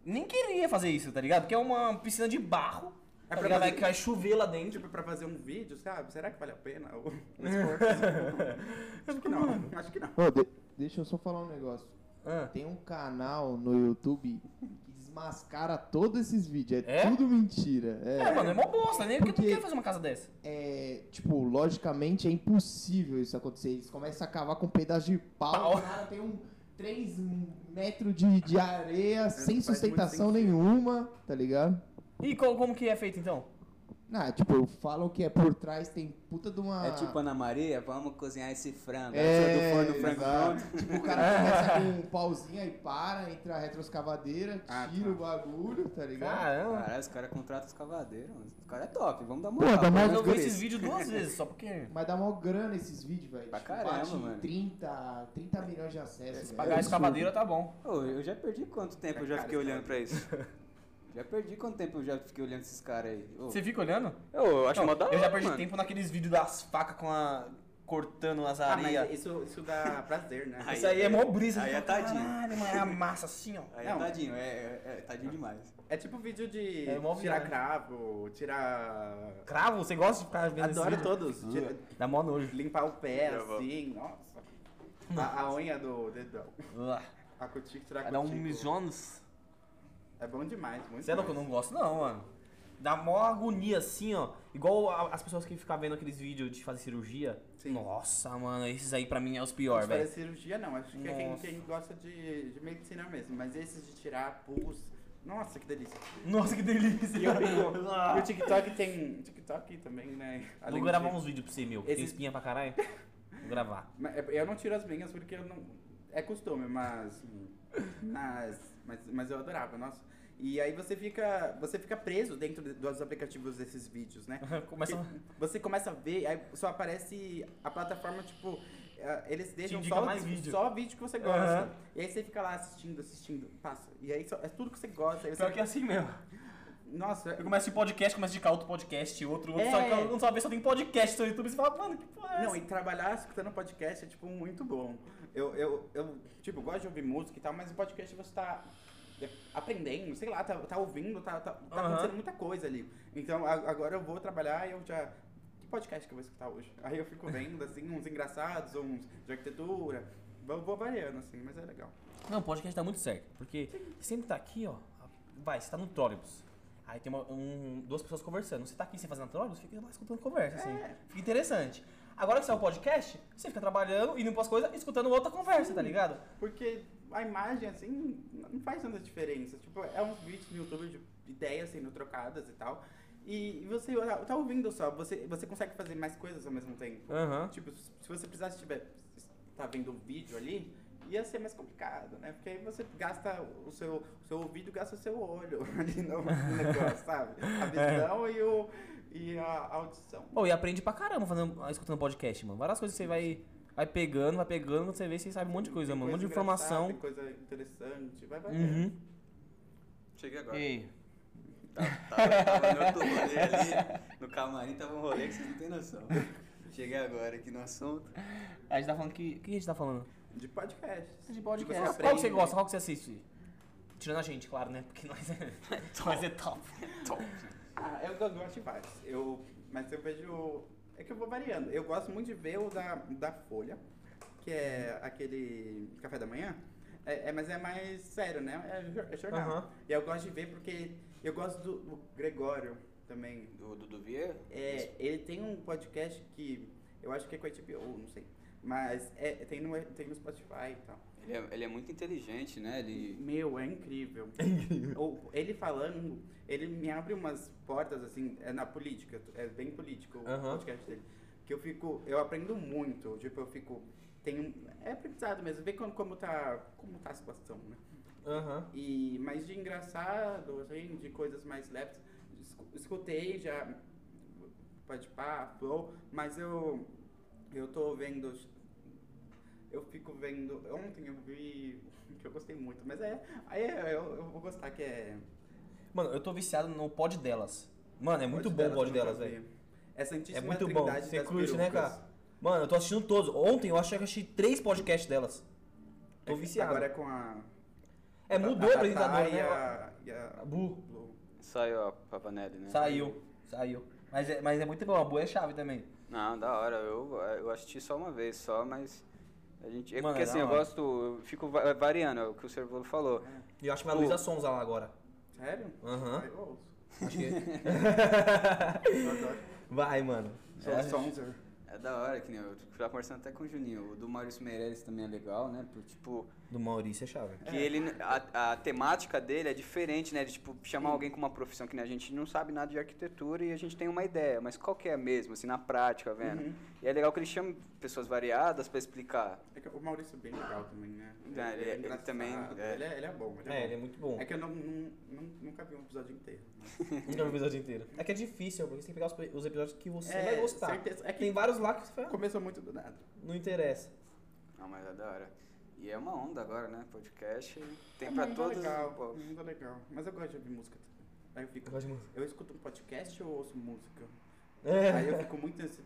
Speaker 2: nem queria fazer isso, tá ligado? Porque é uma piscina de barro.
Speaker 3: É
Speaker 2: Tá
Speaker 3: pra
Speaker 2: ligado? Vai,
Speaker 3: fazer-
Speaker 2: vai chover lá dentro.
Speaker 3: Tipo, pra fazer um vídeo, sabe? Será que vale a pena o, o esforço? acho que não, acho que não.
Speaker 5: Ô, de- deixa eu só falar um negócio.
Speaker 2: Ah,
Speaker 5: Tem um canal no YouTube que desmascara todos esses vídeos. É,
Speaker 2: É?
Speaker 5: tudo mentira. É.
Speaker 2: É, mano, é mó bosta, nem porque tu
Speaker 5: Porque-
Speaker 2: quer fazer uma casa dessa.
Speaker 5: É, tipo, logicamente é impossível isso acontecer. Eles começam a cavar com um pedaço de pau.
Speaker 2: Pau.
Speaker 5: do nada tem um 3 metros de, de areia sem
Speaker 3: faz muito
Speaker 5: sustentação
Speaker 3: sentido.
Speaker 5: nenhuma, tá ligado?
Speaker 2: E co- como que é feito então?
Speaker 5: Não, tipo, falam que é por trás, tem puta de
Speaker 2: Ah.
Speaker 5: uma.
Speaker 1: É tipo Ana Maria, vamos cozinhar esse frango.
Speaker 5: É,
Speaker 1: Aí tira do forno o frango
Speaker 5: exato.
Speaker 1: pronto.
Speaker 5: Tipo, o cara começa com um pauzinho, aí para, entra a retroescavadeira, tira
Speaker 1: tá.
Speaker 3: Ah,
Speaker 5: o bagulho, tá ligado?
Speaker 2: Caramba.
Speaker 1: Caralho, os caras contratam os cavadeiros. mano. Os caras é top, vamos dar
Speaker 5: Pô,
Speaker 1: moral.
Speaker 5: dá mais-
Speaker 2: Mas eu vi
Speaker 5: Mas
Speaker 2: esses vídeos duas vezes, só porque.
Speaker 5: Mas dá mó grana esses vídeos, velho.
Speaker 1: Pra
Speaker 5: tipo,
Speaker 1: caramba,
Speaker 5: bate
Speaker 1: mano.
Speaker 5: 30, 30 milhões de acessos,
Speaker 2: Pagar a
Speaker 5: velho.
Speaker 2: escavadeira tá bom.
Speaker 1: Ô, eu já perdi quanto tempo eu já
Speaker 3: Cara,
Speaker 1: fiquei
Speaker 3: esse
Speaker 1: olhando
Speaker 3: cara-
Speaker 1: pra isso. Já perdi quanto tempo eu já fiquei olhando esses caras aí. Ô,
Speaker 2: Você fica olhando?
Speaker 1: Eu acho é
Speaker 2: Não,
Speaker 1: mó da hora,
Speaker 2: eu já perdi
Speaker 1: mano.
Speaker 2: tempo naqueles vídeos das facas com a. cortando as
Speaker 3: Ah,
Speaker 2: areias.
Speaker 3: mas isso, isso dá prazer, né?
Speaker 1: Aí
Speaker 2: Isso aí é mó brisa.
Speaker 1: aí
Speaker 2: você
Speaker 1: é
Speaker 2: fala,
Speaker 1: tadinho.
Speaker 2: Caralho, mano, é a massa assim, ó.
Speaker 1: Aí,
Speaker 3: Não.
Speaker 1: tadinho, é, é- é tadinho demais.
Speaker 3: É tipo vídeo de
Speaker 2: É mó
Speaker 3: tirar
Speaker 2: viagem.
Speaker 3: cravo, tirar...
Speaker 2: Cravo, você gosta de ficar vendo esses
Speaker 3: Adoro
Speaker 2: vídeos?
Speaker 3: todos. Tira-
Speaker 2: Dá mó nojo.
Speaker 3: Limpar o pé,
Speaker 1: Eu vou.
Speaker 3: assim, nossa. A, a unha do dedão.
Speaker 2: Uah,
Speaker 3: A cutícula, tirar a
Speaker 2: Dá um
Speaker 3: cutícula.
Speaker 2: mijones.
Speaker 3: É bom demais, muito
Speaker 2: Você é louco? Eu
Speaker 3: demais.
Speaker 2: não gosto não, mano. Dá mó agonia assim, ó. Igual a- as pessoas que ficam vendo aqueles vídeos de fazer cirurgia.
Speaker 3: Sim.
Speaker 2: Nossa, mano, esses aí pra mim é os
Speaker 3: De
Speaker 2: piores,
Speaker 3: fazer
Speaker 2: velho.
Speaker 3: cirurgia não, acho que é quem,
Speaker 2: Nossa.
Speaker 3: quem gosta de, de medicina mesmo, mas esses de tirar pus, nossa que delícia.
Speaker 2: Nossa, que delícia.
Speaker 3: E eu
Speaker 2: Ah.
Speaker 3: fico, e o TikTok tem, TikTok também, né?
Speaker 2: Vou
Speaker 3: Além
Speaker 2: gravar um-
Speaker 3: de-
Speaker 2: uns vídeos pra você, meu. que Tem
Speaker 3: Esses-
Speaker 2: espinha pra caralho. Vou gravar.
Speaker 3: Mas é- Eu não tiro as minhas porque eu não, é costume, mas, mas, mas, mas eu adorava, nossa. E aí você fica, você fica preso dentro de- dos aplicativos desses vídeos, né?
Speaker 2: Começa a...
Speaker 3: Porque Você começa a ver, aí só aparece a plataforma, tipo, eh, eles deixam
Speaker 2: indica
Speaker 3: só,
Speaker 2: mais vídeo.
Speaker 3: só vídeo que você gosta.
Speaker 2: Aham.
Speaker 3: E aí você fica lá assistindo, assistindo, passa. E aí só- é tudo que você gosta. Aí você,
Speaker 2: Pior que é assim mesmo.
Speaker 3: Nossa,
Speaker 2: Eu começo de podcast, começo a indicar outro podcast, outro, outro.
Speaker 3: É.
Speaker 2: Só que eu não sabe, só tem podcast no YouTube. Você fala, mano, que porra é
Speaker 3: Não,
Speaker 2: essa?
Speaker 3: e trabalhar escutando podcast é, tipo, muito bom. Eu, eu, eu tipo, gosto de ouvir música e tal, mas o podcast você tá é, aprendendo, sei lá, tá, tá ouvindo, tá, tá, tá
Speaker 2: Aham.
Speaker 3: acontecendo muita coisa ali. Então, a- agora eu vou trabalhar e eu já... Que podcast que eu vou escutar hoje? Aí eu fico vendo, assim, uns engraçados, uns de arquitetura. Vou, vou variando, assim, mas é legal.
Speaker 2: Não, podcast tá muito certo, porque sempre tá aqui, ó. Vai, você tá no trólebus. Aí tem uma- um- duas pessoas conversando. Você tá aqui sem fazer nada no trólebus, fica lá escutando conversa, assim.
Speaker 3: É.
Speaker 2: Fica interessante. Agora que sai o podcast, você fica trabalhando, indo pras coisas, escutando outra conversa, tá ligado?
Speaker 3: Porque a imagem, assim, não faz tanta diferença. Tipo, é uns vídeos no YouTube de ideias sendo trocadas e tal. E você tá ouvindo só, você, você consegue fazer mais coisas ao mesmo tempo.
Speaker 2: Aham.
Speaker 3: Tipo, se você precisasse tiver, tá vendo um vídeo ali, ia ser mais complicado, né? Porque aí você gasta o seu, o seu ouvido, gasta o seu olho ali no no negócio, sabe? A
Speaker 2: É.
Speaker 3: visão e, o, e a audição.
Speaker 2: Bom, e aprende pra caramba fazendo, escutando podcast, mano. Várias coisas que você vai, vai pegando, vai pegando, quando você vê, você sabe um monte de coisa,
Speaker 3: Tem
Speaker 2: mano. Um monte de
Speaker 3: engraçada,
Speaker 2: informação.
Speaker 3: tem coisa interessante, vai vai
Speaker 2: Uhum.
Speaker 1: Cheguei agora.
Speaker 2: Ei.
Speaker 1: Tava, tava no outro rolê ali, no camarim tava um rolê que vocês não tem noção. Cheguei agora aqui no assunto.
Speaker 2: A gente tá falando que. O que a gente tá falando?
Speaker 3: De podcasts.
Speaker 2: De podcast.
Speaker 3: Você
Speaker 2: Qual que você
Speaker 3: aprende.
Speaker 2: gosta? Qual que você assiste? Tirando a gente, claro, né? Porque nós é, nós é top.
Speaker 3: Ah, eu gosto gosto de vários. Eu, mas eu vejo. É que eu vou variando. Eu gosto muito de ver o da, da Folha, que é aquele café da manhã. É, é- mas é mais sério, né? É, jor- é jornal.
Speaker 2: Aham.
Speaker 3: E eu gosto de ver porque eu gosto do, do Gregório também.
Speaker 1: Do Dudu Vieira?
Speaker 3: É, ele tem um podcast que eu acho que é com a HBO, não sei. Mas é, tem, no, tem no Spotify e tal.
Speaker 1: Ele é, ele é muito inteligente, né? Ele.
Speaker 3: Meu, é incrível. Ou, ele falando, ele me abre umas portas, assim, é na política, é bem político o
Speaker 2: Aham.
Speaker 3: podcast dele. Que eu fico, eu aprendo muito, tipo, eu fico, tem, é aprendizado mesmo, ver como, como, tá, como tá a situação, né?
Speaker 2: Aham.
Speaker 3: E, mas de engraçado, assim, de coisas mais leves, escu- escutei já, pode pá, flow, mas eu, eu tô vendo, eu fico vendo, ontem eu vi, um que eu gostei muito, mas é, aí é- eu, eu vou gostar que é...
Speaker 2: Mano, eu tô viciado no pod delas. Mano, é muito
Speaker 3: Pode
Speaker 2: bom o
Speaker 3: Delas,
Speaker 2: pod
Speaker 3: eu nunca
Speaker 2: delas,
Speaker 3: vi.
Speaker 2: velho.
Speaker 3: É Santíssima
Speaker 2: É muito bom.
Speaker 3: Trindade
Speaker 2: Você
Speaker 3: das
Speaker 2: curte, né,
Speaker 3: perucas.
Speaker 2: cara? Mano, eu tô assistindo todos. Ontem eu achei que eu achei três podcasts delas. Tô
Speaker 3: É que
Speaker 2: viciado.
Speaker 3: Agora é tá, com a...
Speaker 2: é, mudou a
Speaker 3: a Tatá
Speaker 2: apresentadora,
Speaker 3: e
Speaker 2: né?
Speaker 3: a- e a-
Speaker 2: A Bu.
Speaker 3: Lu.
Speaker 1: Saiu a Pavanelli, né?
Speaker 2: Saiu, saiu. Mas é, mas é muito bom, a boa é chave também.
Speaker 1: Não, da hora. Eu, eu assisti só uma vez só, mas. A gente, é
Speaker 2: Mano,
Speaker 1: porque
Speaker 2: é
Speaker 1: assim,
Speaker 2: da
Speaker 1: eu
Speaker 2: hora.
Speaker 1: gosto. Eu fico va- variando, é o que o Servolo falou.
Speaker 4: E eu acho que vai a Luísa Sonza lá agora.
Speaker 3: Sério?
Speaker 4: Tipo, Aham.
Speaker 3: Eu ouço.
Speaker 4: Acho que-
Speaker 3: Eu adoro.
Speaker 4: Vai, mano.
Speaker 3: Sou
Speaker 2: É,
Speaker 3: sonzer.
Speaker 1: É da hora, que nem eu tava conversando até com o Juninho. O do Maurício Meirelles também é legal, né? Por, tipo,
Speaker 4: Do Maurício é chave.
Speaker 1: que ele. A, a temática dele é diferente, né? De tipo, chamar alguém com uma profissão que né, a gente não sabe nada de arquitetura e a gente tem uma ideia, mas qual que é mesmo, assim, na prática,
Speaker 3: Uhum.
Speaker 1: vendo? E é legal que ele chama pessoas variadas pra explicar.
Speaker 3: É que o Maurício é bem legal também, né?
Speaker 1: É, ele- ele
Speaker 3: engraçado,
Speaker 1: também- é.
Speaker 3: Ele, é, ele é bom, ele
Speaker 4: É,
Speaker 3: é,
Speaker 4: ele é muito bom.
Speaker 3: bom. É que eu não, não- não- nunca vi um episódio inteiro.
Speaker 4: Nunca vi o episódio inteiro. É que é difícil, porque você tem que pegar os- os episódios que você
Speaker 3: É,
Speaker 4: vai gostar.
Speaker 3: certeza. É que-
Speaker 4: Tem vários lá que você fala,
Speaker 3: Começou muito do nada.
Speaker 4: "Ah, não interessa.
Speaker 1: Não, mas é da hora. E é uma onda agora, né? Podcast. Tem
Speaker 3: É,
Speaker 1: pra
Speaker 3: mas é
Speaker 1: todos.
Speaker 3: Legal,
Speaker 1: Pô,
Speaker 3: mas é legal. Mas eu gosto de ouvir música também. Aí eu
Speaker 4: Eu
Speaker 3: fico.
Speaker 4: gosto de música.
Speaker 3: Eu escuto um podcast ou ouço música? Aí eu
Speaker 4: É,
Speaker 3: fico muito nesse,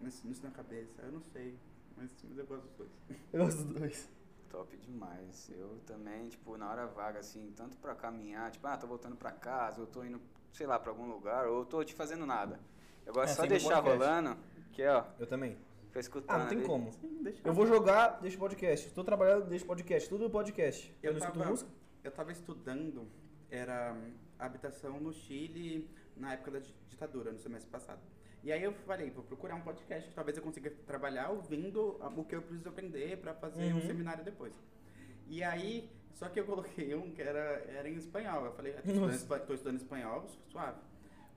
Speaker 3: nesse- nisso na cabeça. Eu não sei. Mas, mas eu gosto dos dois.
Speaker 4: eu gosto dos dois.
Speaker 1: top demais. Eu também, tipo, na hora vaga, assim, tanto pra caminhar, tipo, ah, tô voltando pra casa, ou tô indo, sei lá, pra algum lugar, ou tô te fazendo nada. Eu gosto
Speaker 2: É,
Speaker 1: só de
Speaker 2: sempre um
Speaker 1: deixar
Speaker 2: podcast.
Speaker 1: rolando, que ó,
Speaker 4: Eu também.
Speaker 1: fica escutando.
Speaker 4: Ah, não tem
Speaker 1: ali.
Speaker 4: como.
Speaker 3: Sim, deixa
Speaker 4: Eu vou jogar, deixa o podcast. Tô trabalhando, deixa o podcast. Tudo podcast. Eu, não escuto
Speaker 3: tava-
Speaker 4: música.
Speaker 3: Eu tava estudando, era hum, habitação no Chile na época da di- ditadura, no semestre passado. E aí eu falei, vou procurar um podcast que talvez eu consiga trabalhar ouvindo a- o que eu preciso aprender pra fazer um
Speaker 4: Uhum.
Speaker 3: seminário depois. E aí, só que eu coloquei um que era, era em espanhol. Eu falei, ah, tô
Speaker 4: Nossa.
Speaker 3: estudando, espa- tô estudando espanhol, su- suave.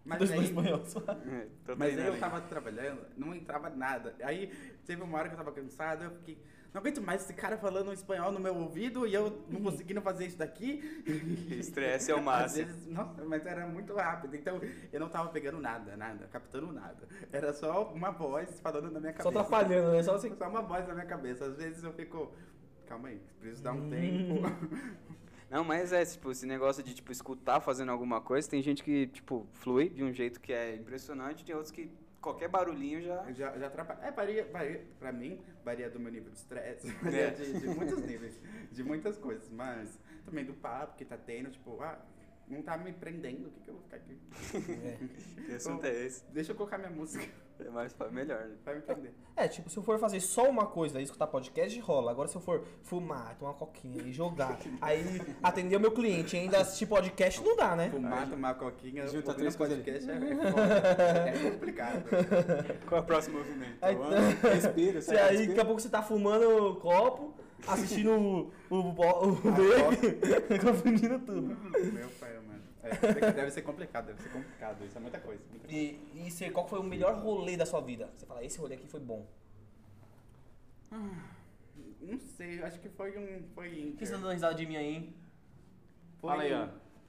Speaker 3: Mas
Speaker 4: Dois
Speaker 3: aí,
Speaker 4: dois espanhóis.
Speaker 1: É, tô
Speaker 3: mas aí
Speaker 1: treinando
Speaker 3: eu
Speaker 1: aí.
Speaker 3: tava trabalhando, não entrava nada. Aí teve uma hora que eu tava cansado, eu fiquei. Não aguento mais esse cara falando espanhol no meu ouvido e eu não conseguindo fazer isso daqui.
Speaker 1: Estresse é o
Speaker 3: Às
Speaker 1: máximo.
Speaker 3: vezes, nossa, mas era muito rápido. Então eu não tava pegando nada, nada, captando nada. Era só uma voz falando na minha
Speaker 4: Só
Speaker 3: cabeça.
Speaker 2: tá
Speaker 4: atrapalhando, né? Só assim.
Speaker 3: Só uma voz na minha cabeça. Às vezes eu fico. Calma aí, preciso dar um tempo.
Speaker 1: Não, mas é, tipo, esse negócio de, tipo, escutar fazendo alguma coisa, tem gente que, tipo, flui de um jeito que é impressionante, tem outros que qualquer barulhinho já...
Speaker 3: Já, já atrapalha. É, varia, varia, pra mim, varia do meu nível de estresse, varia
Speaker 1: É.
Speaker 3: de, de muitos níveis, de muitas coisas, mas também do papo que tá tendo, tipo, ah, não tá me prendendo, o que, que eu vou ficar aqui?
Speaker 1: Que assunto é esse?
Speaker 3: Deixa eu colocar minha música,
Speaker 1: É mais pra melhor, né?
Speaker 3: vai me prender.
Speaker 4: É, tipo, se eu for fazer só uma coisa, escutar podcast, rola. Agora, se eu for fumar, tomar uma coquinha e jogar, aí atender o meu cliente e ainda assistir podcast, não dá, né?
Speaker 3: Fumar, tomar coquinha,
Speaker 2: Junta
Speaker 3: ouvir
Speaker 2: três
Speaker 3: um
Speaker 2: coisas
Speaker 3: podcast é, é, foda, é complicado.
Speaker 1: Qual é o próximo movimento?
Speaker 4: Aí,
Speaker 3: assim.
Speaker 2: Respira,
Speaker 4: se aí daqui a pouco você tá fumando o copo, assistindo o, o, bo- o baby, confundindo tudo.
Speaker 3: Meu pai, mano. É, deve ser complicado, deve ser complicado, isso é muita coisa. Muita coisa.
Speaker 2: E, e você, qual foi o melhor rolê da sua vida? Você fala, esse rolê aqui foi bom.
Speaker 3: Não sei, acho que foi um. Foi
Speaker 2: Por que você tá
Speaker 3: Inter.
Speaker 2: dando risada de mim aí, hein?
Speaker 3: Foi
Speaker 2: Fala aí, ó.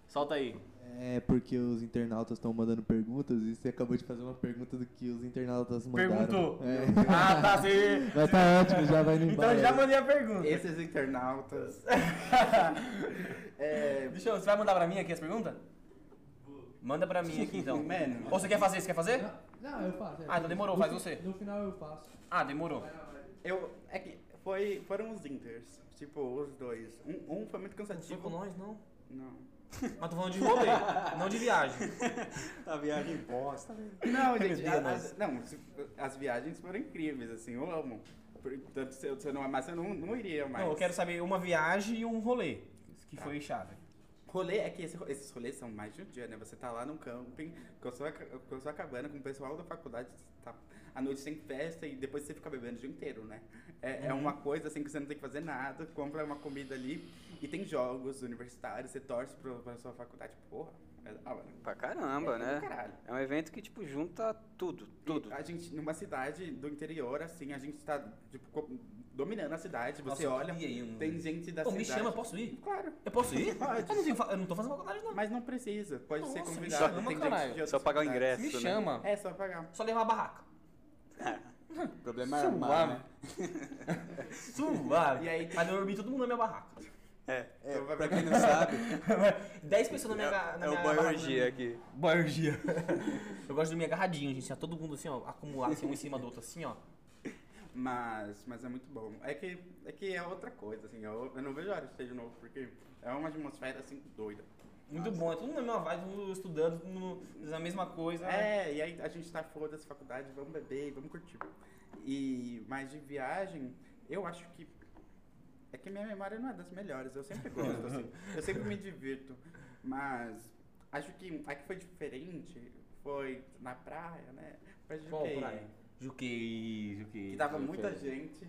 Speaker 2: Solta aí.
Speaker 5: É porque os internautas estão mandando perguntas e você acabou de fazer uma pergunta do que os internautas mandaram.
Speaker 2: Perguntou.
Speaker 5: É.
Speaker 2: Ah, tá, você...
Speaker 5: Mas tá ótimo, já vai indo
Speaker 2: Então
Speaker 5: embora.
Speaker 2: já mandei a pergunta.
Speaker 3: Esses internautas. é,
Speaker 2: Deixa eu, você vai mandar pra mim aqui as perguntas? Manda pra mim aqui então.
Speaker 3: Mano.
Speaker 2: Ou você quer fazer? Você quer fazer?
Speaker 5: Não, eu faço. é.
Speaker 2: Ah, então demorou,
Speaker 5: No
Speaker 2: faz
Speaker 5: fi-
Speaker 2: você.
Speaker 5: No final eu faço.
Speaker 2: Ah, demorou.
Speaker 3: Eu. É que foi, foram os Inters. Tipo, os dois. Um, um foi muito
Speaker 4: Não foi
Speaker 3: cansativo.
Speaker 4: com Tá tipo nós, não?
Speaker 3: Não.
Speaker 4: Mas tô falando de rolê, não de viagem.
Speaker 1: Tá viagem bosta, velho.
Speaker 3: Não, gente. a- as, não, se- as viagens foram incríveis, assim, eu amo. Portanto, se eu, se eu não amasse, eu não, não iria mais.
Speaker 2: Não, eu quero saber uma viagem e um rolê. Que
Speaker 3: Tá.
Speaker 2: foi chave.
Speaker 3: Rolê é que esse- esses rolês são mais de um dia, né? Você tá lá num camping, com a sua, ca- com a sua cabana, com o pessoal da faculdade, tá, à noite tem festa e depois você fica bebendo o dia inteiro, né? É,
Speaker 1: Uhum.
Speaker 3: é uma coisa assim que você não tem que fazer nada, compra uma comida ali e tem jogos universitários, você torce pro, pra sua faculdade. Porra, é da hora.
Speaker 1: Pra caramba,
Speaker 3: É,
Speaker 1: né?
Speaker 3: do caralho.
Speaker 1: É um evento que, tipo, junta tudo, tudo.
Speaker 3: E A gente, numa cidade do interior, assim, a gente tá, tipo, co- dominando a cidade. Você
Speaker 2: Nossa, eu
Speaker 3: olha,
Speaker 2: queria ir, mano.
Speaker 1: Hum.
Speaker 3: tem gente da
Speaker 2: Pô,
Speaker 3: cidade.
Speaker 2: me chama, posso ir?
Speaker 3: Claro.
Speaker 2: Eu posso ir?
Speaker 3: Pode.
Speaker 2: Eu não, tenho fa- eu não tô fazendo faculdade, não.
Speaker 3: Mas não precisa, pode ser
Speaker 2: Nossa, me
Speaker 3: convidado.
Speaker 2: chama,
Speaker 3: tem
Speaker 2: caralho.
Speaker 3: gente de
Speaker 1: Só
Speaker 3: outras
Speaker 1: pagar o
Speaker 3: cidades.
Speaker 1: ingresso,
Speaker 2: Me
Speaker 1: né?
Speaker 2: chama.
Speaker 3: É, só pagar.
Speaker 2: Só levar a barraca.
Speaker 1: O problema é armar, né?
Speaker 2: Suave.
Speaker 3: E aí tem-
Speaker 2: Mas eu dormi todo mundo na minha barraca.
Speaker 1: É,
Speaker 3: Então vai
Speaker 1: pra
Speaker 3: pra-
Speaker 1: quem não sabe,
Speaker 2: 10 pessoas na minha ga-
Speaker 1: é,
Speaker 2: na
Speaker 1: é
Speaker 2: minha
Speaker 1: o
Speaker 2: barraca.
Speaker 1: boiorgia aqui.
Speaker 2: Boiorgia. eu gosto de dormir agarradinho, gente. Tá todo mundo assim, ó, acumulado, assim, um em cima do outro, assim, ó.
Speaker 3: Mas, mas é muito bom. É que é, que é outra coisa, assim. Eu, eu não vejo a hora de ser de novo, porque é uma atmosfera, assim, doida.
Speaker 2: Muito bom, é tudo na mesma vibe, todo mundo estudando, todo mundo fazendo a mesma coisa.
Speaker 3: É, e aí a gente tá foda-se faculdade, vamos beber, e vamos curtir. E mas de viagem, eu acho que é que minha memória não é das melhores, eu sempre gosto assim. Eu sempre me divirto, mas acho que a que foi diferente foi na praia, né? Foi de
Speaker 2: Qual
Speaker 3: quê?
Speaker 2: praia? Juquei, Juquei.
Speaker 3: Que tava
Speaker 2: Juquei.
Speaker 3: muita gente.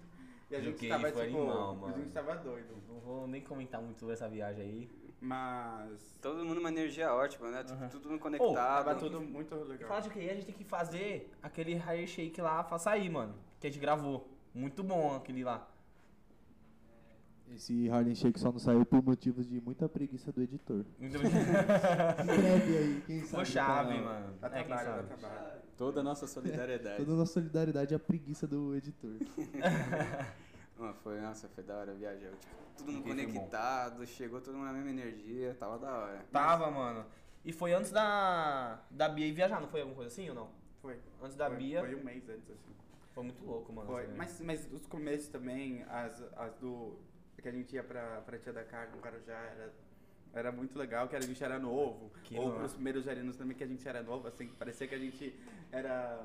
Speaker 3: E a gente
Speaker 2: Juquei
Speaker 3: tava
Speaker 2: foi
Speaker 3: tipo,
Speaker 2: animal,
Speaker 3: a gente
Speaker 2: mano.
Speaker 3: tava doido.
Speaker 2: Não vou nem comentar muito essa viagem aí.
Speaker 3: Mas
Speaker 1: Todo mundo uma energia ótima, né? Tipo, Todo mundo conectado.
Speaker 3: tava tudo muito
Speaker 2: E falar
Speaker 3: legal.
Speaker 2: de QI, a gente tem que fazer aquele hair shake lá, faça aí, mano. Que a gente gravou. Muito bom aquele lá.
Speaker 5: Esse Harlem Shake só não saiu por motivos de muita preguiça do editor.
Speaker 2: Muito bom.
Speaker 5: Escreve aí, quem sabe. tá
Speaker 2: Ficou
Speaker 5: no
Speaker 2: chave,
Speaker 5: canal.
Speaker 2: mano.
Speaker 3: Dá
Speaker 2: É, quem
Speaker 3: trabalho,
Speaker 2: sabe.
Speaker 3: dá trabalho.
Speaker 1: Toda a nossa solidariedade.
Speaker 5: Toda a nossa solidariedade é a preguiça do editor.
Speaker 1: Ah, foi, nossa, foi da hora a viagem. Eu, tipo, todo mundo
Speaker 2: Foi bom.
Speaker 1: conectado, chegou todo mundo na mesma energia, tava da hora.
Speaker 2: Tava, mano. E foi antes da, da Bia ir viajar, não foi alguma coisa assim ou não?
Speaker 3: Foi.
Speaker 2: Antes da
Speaker 3: foi,
Speaker 2: Bia.
Speaker 3: Foi um mês antes, assim.
Speaker 2: Foi muito louco, mano.
Speaker 3: Foi.
Speaker 2: essa viagem.
Speaker 3: Mas, mas os começos também, as, as do. Que a gente ia pra, pra Tia da Carne, no Carujá, era, era muito legal, que a gente era novo.
Speaker 2: Que
Speaker 3: Ou
Speaker 2: massa.
Speaker 3: pros primeiros jarinos também, que a gente era novo, assim, parecia que a gente era.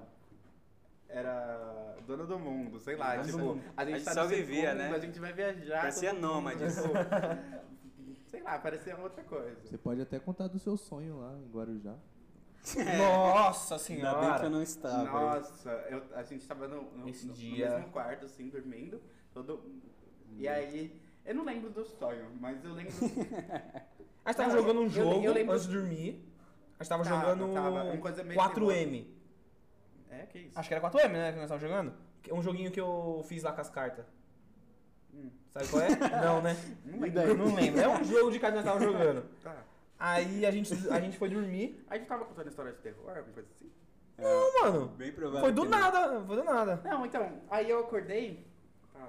Speaker 3: Era dona do mundo, sei lá.
Speaker 1: Dona do
Speaker 3: tipo,
Speaker 1: mundo.
Speaker 3: A gente,
Speaker 1: A gente
Speaker 3: tá
Speaker 1: só
Speaker 3: no
Speaker 1: vivia,
Speaker 3: segundo,
Speaker 1: né?
Speaker 3: A gente vai viajar.
Speaker 1: Parecia
Speaker 3: todo mundo,
Speaker 1: nômades.
Speaker 3: tipo, sei lá, parecia outra coisa.
Speaker 5: Você pode até contar do seu sonho lá em Guarujá.
Speaker 3: é.
Speaker 2: Nossa senhora.
Speaker 1: não estava.
Speaker 3: Nossa, eu- a gente tava no, no-
Speaker 2: Esse
Speaker 3: no- no
Speaker 2: dia. Hum.
Speaker 3: mesmo quarto, assim, dormindo. Todo... E aí, eu não lembro do sonho, mas eu lembro.
Speaker 2: A gente tava
Speaker 3: Não,
Speaker 2: jogando
Speaker 3: eu-
Speaker 2: um jogo
Speaker 3: eu lembro-
Speaker 2: antes de dormir. A gente tava,
Speaker 3: Tava,
Speaker 2: jogando
Speaker 3: tava, uma coisa meio
Speaker 2: 4M.
Speaker 3: é, que isso.
Speaker 2: Acho que era 4M, né? Que nós tava jogando. Que- Um joguinho que eu fiz lá com as cartas.
Speaker 3: Hum.
Speaker 2: Sabe qual é? não, né?
Speaker 3: Não lembro.
Speaker 2: Não lembro. É um jogo de cartas que nós tava jogando.
Speaker 3: Tá.
Speaker 2: Aí a gente, a gente foi dormir.
Speaker 3: A gente tava contando história de terror, alguma coisa assim.
Speaker 2: Não, mano.
Speaker 1: Bem provável.
Speaker 2: É. Foi do
Speaker 1: que não.
Speaker 2: nada. Foi do nada.
Speaker 3: Não, então, aí eu acordei. tá.